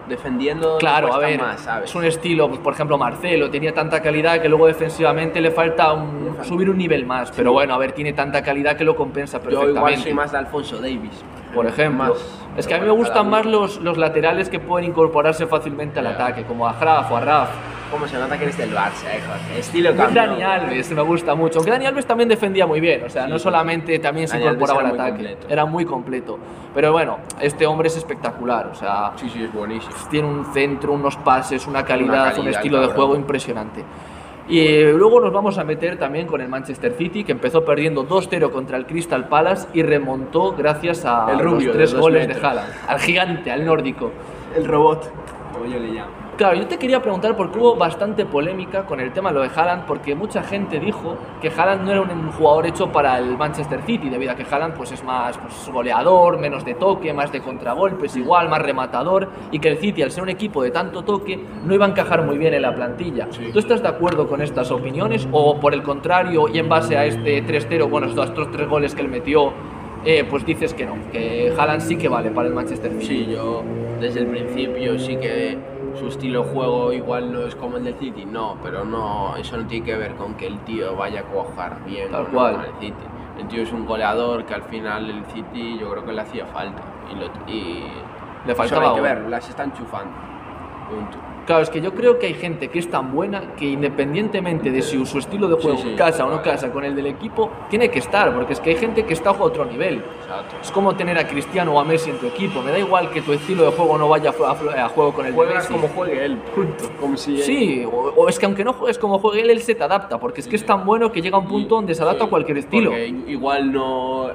Speaker 4: defendiendo me
Speaker 3: claro, a
Speaker 4: cuesta
Speaker 3: ver,
Speaker 4: más, ¿sabes?
Speaker 3: es un estilo, pues, por ejemplo, Marcelo tenía tanta calidad que luego defensivamente le falta un-
Speaker 4: Le falta.
Speaker 3: subir un nivel más. Pero bueno, a ver, tiene tanta calidad que lo compensa
Speaker 4: Yo
Speaker 3: perfectamente.
Speaker 4: igual soy más de Alfonso Davis.
Speaker 3: Por ejemplo,
Speaker 4: Más.
Speaker 3: es que a mí me
Speaker 4: Pero bueno,
Speaker 3: gustan
Speaker 4: cada
Speaker 3: más
Speaker 4: uno.
Speaker 3: los, los laterales que pueden incorporarse fácilmente al
Speaker 4: Ya.
Speaker 3: ataque, como a Graf o a Raf.
Speaker 4: Cómo se nota que eres del Barça, eh, Jorge. Estilo
Speaker 3: También
Speaker 4: campeón.
Speaker 3: Dani Alves este me gusta mucho, aunque Dani Alves también defendía muy bien, o sea, no solamente también se
Speaker 4: Dani Alves
Speaker 3: incorporaba al
Speaker 4: era muy
Speaker 3: ataque,
Speaker 4: completo.
Speaker 3: era muy completo. Pero bueno, este hombre es espectacular, o sea,
Speaker 4: Sí, sí, es buenísimo.
Speaker 3: tiene un centro, unos pases, una calidad, un
Speaker 4: calidad,
Speaker 3: estilo de
Speaker 4: cabrón.
Speaker 3: juego impresionante. Y eh, luego nos vamos a meter también con el Manchester City, que empezó perdiendo 2-0 contra el Crystal Palace y remontó gracias a
Speaker 4: El rubio
Speaker 3: los
Speaker 4: de
Speaker 3: tres
Speaker 4: dos
Speaker 3: goles de
Speaker 4: metros.
Speaker 3: Haaland, al gigante, al nórdico.
Speaker 4: El robot, como yo le llamo.
Speaker 3: Claro, yo te quería preguntar porque hubo bastante polémica con el tema de lo de Haaland, porque mucha gente dijo que Haaland no era un jugador hecho para el Manchester City, debido a que Haaland pues, es más pues, goleador, menos de toque, más de contragolpes, igual, más rematador, y que el City, al ser un equipo de tanto toque, no iba a encajar muy bien en la plantilla.
Speaker 4: Sí.
Speaker 3: ¿Tú estás de acuerdo con estas opiniones o, por el contrario, y en base a este 3-0, bueno, estos, estos tres goles que él metió, eh, pues dices que no, que Haaland sí que vale para el Manchester City?
Speaker 4: Sí, yo desde el principio sí que su estilo de juego igual no es como el del City, no, pero no, eso no tiene que ver con que el tío vaya a cuajar bien
Speaker 3: Tal
Speaker 4: o no
Speaker 3: cual.
Speaker 4: con el City. El tío es un goleador que al final el City yo creo que le hacía falta y, lo- y
Speaker 3: Le
Speaker 4: eso
Speaker 3: faltaba
Speaker 4: hay que
Speaker 3: gol.
Speaker 4: ver, las está enchufando. Punto.
Speaker 3: Claro, es que yo creo que hay gente que es tan buena que independientemente de si su estilo de
Speaker 4: Sí,
Speaker 3: juego
Speaker 4: sí.
Speaker 3: casa o no casa con el del equipo, tiene que estar, porque es que hay gente que está a otro nivel.
Speaker 4: Exacto.
Speaker 3: Es como tener a Cristiano o a Messi en tu equipo. Me da igual que tu estilo de juego no vaya a, fl- a juego con el de
Speaker 4: Juegas
Speaker 3: Messi.
Speaker 4: como juegue él, punto. Como si
Speaker 3: Sí, o, o es que aunque no juegues como juegue él, él se te adapta, porque es que es tan bueno que llega a un punto donde se adapta
Speaker 4: Sí,
Speaker 3: a cualquier estilo.
Speaker 4: porque igual no,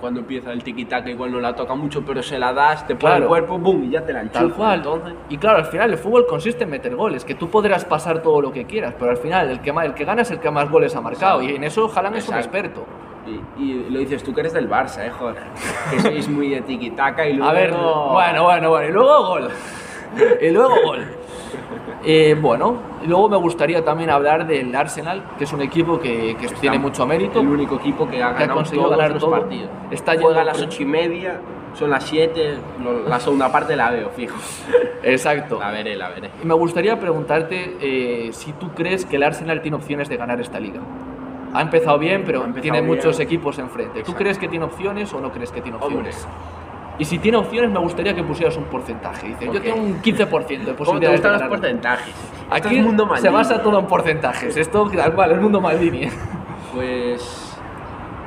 Speaker 4: cuando empieza el tiki-taka, igual no la toca mucho, pero se la das, te pone
Speaker 3: Claro.
Speaker 4: el cuerpo, boom, y ya te la enchufa.
Speaker 3: Tal cual.
Speaker 4: Entonces,
Speaker 3: Y claro, al final el fútbol consiste en meter goles, que tú podrás pasar todo lo que quieras, pero al final el que, ma- el que gana es el que más goles ha marcado,
Speaker 4: Exacto.
Speaker 3: y en eso Haaland es un
Speaker 4: Exacto.
Speaker 3: experto.
Speaker 4: y, y lo dices tú que eres del Barça, eh, joder. Que sois muy de tiki-taka y luego...
Speaker 3: A ver, bueno, bueno, bueno. Y luego gol. Y luego gol. Eh, bueno, y luego me gustaría también hablar del Arsenal, que es un equipo que, que tiene mucho mérito.
Speaker 4: El único equipo que ha
Speaker 3: que ha
Speaker 4: ganado
Speaker 3: conseguido
Speaker 4: todos
Speaker 3: ganar
Speaker 4: los
Speaker 3: todo.
Speaker 4: partidos.
Speaker 3: Está yendo
Speaker 4: Juega a las
Speaker 3: por-
Speaker 4: ocho y media, son las siete, lo- la segunda parte la veo, fijo.
Speaker 3: Exacto.
Speaker 4: La veré, la veré.
Speaker 3: Y me gustaría preguntarte eh, si tú crees que el Arsenal tiene opciones de ganar esta liga. Ha empezado bien, pero
Speaker 4: Ha empezado
Speaker 3: tiene
Speaker 4: bien.
Speaker 3: muchos equipos enfrente. ¿Tú
Speaker 4: Exacto.
Speaker 3: crees que tiene opciones o no crees que tiene
Speaker 4: Hombre.
Speaker 3: opciones? Y si tiene opciones, me gustaría que pusieras un porcentaje. Dices, yo
Speaker 4: Ok.
Speaker 3: tengo un 15% de
Speaker 4: ¿Cómo te
Speaker 3: posibilidades de
Speaker 4: gustan los
Speaker 3: ganar.
Speaker 4: porcentajes? Esto
Speaker 3: Aquí
Speaker 4: es mundo
Speaker 3: se
Speaker 4: maldito.
Speaker 3: basa todo en porcentajes. Esto, tal cual, el mundo Maldini.
Speaker 4: Pues,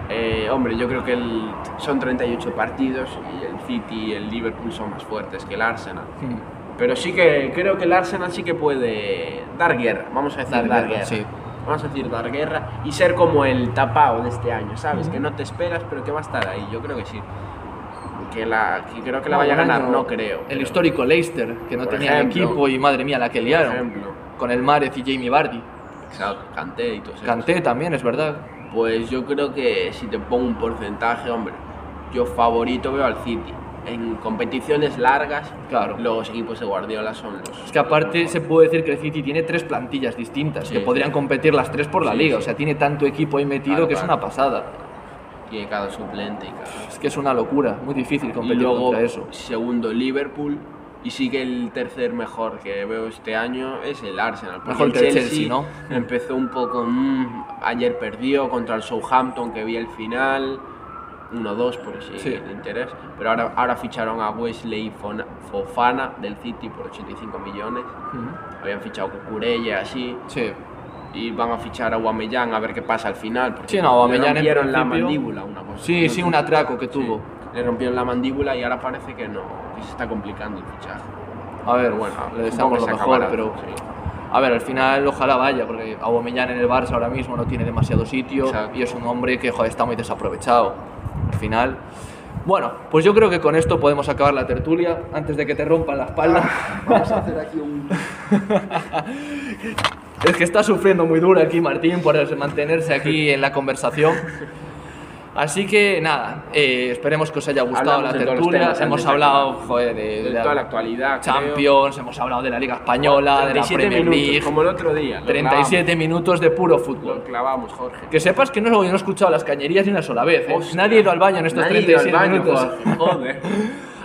Speaker 4: eh, hombre, yo creo que el- son 38 partidos y el City y el Liverpool son más fuertes que el Arsenal. Pero sí que creo que el Arsenal sí que puede dar guerra, vamos a decir
Speaker 3: Dar
Speaker 4: dar,
Speaker 3: guerra,
Speaker 4: guerra.
Speaker 3: sí.
Speaker 4: Vamos a decir dar guerra y ser como el tapado de este año, ¿sabes? Que no te esperas, pero que va a estar ahí, yo creo que sí. Que, la, que creo que la vaya a ganar,
Speaker 3: Bueno,
Speaker 4: no creo.
Speaker 3: El
Speaker 4: pero-
Speaker 3: histórico Leicester, que no
Speaker 4: Por
Speaker 3: tenía
Speaker 4: ejemplo.
Speaker 3: equipo y madre mía la que
Speaker 4: Por
Speaker 3: liaron.
Speaker 4: ejemplo,
Speaker 3: Con el Márez y Jamie Vardy.
Speaker 4: exacto, Kanté y todo eso.
Speaker 3: Canté también, es verdad.
Speaker 4: Pues yo creo que si te pongo un porcentaje, hombre, yo favorito veo al City. En competiciones largas,
Speaker 3: Claro.
Speaker 4: los equipos de Guardiola son los.
Speaker 3: Es que aparte se puede decir que el City tiene tres plantillas distintas,
Speaker 4: Sí,
Speaker 3: que
Speaker 4: sí.
Speaker 3: podrían competir las tres por la
Speaker 4: Sí,
Speaker 3: liga. O
Speaker 4: sí.
Speaker 3: sea, tiene tanto equipo ahí metido
Speaker 4: Claro,
Speaker 3: que es
Speaker 4: claro.
Speaker 3: una pasada.
Speaker 4: Tiene cada suplente y cada.
Speaker 3: Es que es una locura, muy difícil
Speaker 4: Y
Speaker 3: competir
Speaker 4: luego,
Speaker 3: contra eso.
Speaker 4: segundo, Liverpool. Y sí que el tercer mejor que veo este año es el Arsenal. porque
Speaker 3: Mejor
Speaker 4: el
Speaker 3: que el Chelsea, ¿no?
Speaker 4: Empezó un poco. mm, ayer perdió contra el Southampton, que vi el final. 1-2 por si
Speaker 3: Sí.
Speaker 4: el interés. Pero ahora, ahora ficharon a Wesley Fona- Fofana del City por 85 millones.
Speaker 3: Ujú.
Speaker 4: Habían fichado Cucurella, así.
Speaker 3: Sí.
Speaker 4: Y van a fichar a Guamellán a ver qué pasa al final. porque
Speaker 3: Sí, no, Aubameyang en
Speaker 4: Le rompieron la
Speaker 3: principio-
Speaker 4: mandíbula, una cosa.
Speaker 3: Sí,
Speaker 4: No
Speaker 3: sí,
Speaker 4: sé.
Speaker 3: un atraco que tuvo.
Speaker 4: Sí, le rompieron la mandíbula y ahora parece que no, que se está complicando el fichaje.
Speaker 3: A ver,
Speaker 4: Pero
Speaker 3: bueno, le
Speaker 4: bueno, supongo que
Speaker 3: deseamos Ah, lo
Speaker 4: se
Speaker 3: mejor,
Speaker 4: acabará,
Speaker 3: pero
Speaker 4: sí.
Speaker 3: A ver, al final ojalá vaya, porque Aubameyang en el Barça ahora mismo no tiene demasiado sitio
Speaker 4: Exacto.
Speaker 3: y es un hombre que joder, está muy desaprovechado. Al final. Bueno, pues yo creo que con esto podemos acabar la tertulia antes de que te rompan la espalda.
Speaker 1: Vamos a hacer aquí un.
Speaker 3: Es que está sufriendo muy duro aquí Martín por mantenerse aquí en la conversación. Así que nada, eh, esperemos que os haya gustado
Speaker 4: Hablamos
Speaker 3: la
Speaker 4: de todos los
Speaker 3: tertulia.
Speaker 4: temas
Speaker 3: Hemos
Speaker 4: antes de
Speaker 3: hablado joder, de,
Speaker 4: De
Speaker 3: de
Speaker 4: toda la actualidad. creo.
Speaker 3: Champions, hemos hablado de la Liga Española, de la
Speaker 4: 37
Speaker 3: Premier
Speaker 4: minutos,
Speaker 3: League.
Speaker 4: Como el otro día. lo
Speaker 3: 37 minutos de puro
Speaker 4: clavamos,
Speaker 3: fútbol.
Speaker 4: Lo clavamos, Jorge.
Speaker 3: Que sepas que no, no he escuchado las cañerías ni una sola vez. ¿eh?
Speaker 4: Hostia.
Speaker 3: Nadie ha ido al baño en estos
Speaker 4: Nadie ha ido
Speaker 3: 37
Speaker 4: al baño,
Speaker 3: minutos.
Speaker 4: Jorge, Joder.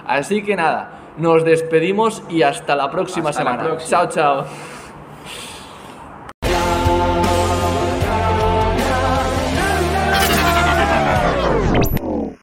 Speaker 3: Así que nada, nos despedimos y hasta la próxima
Speaker 4: Hasta la
Speaker 3: semana.
Speaker 4: próxima.
Speaker 3: Chao, chao.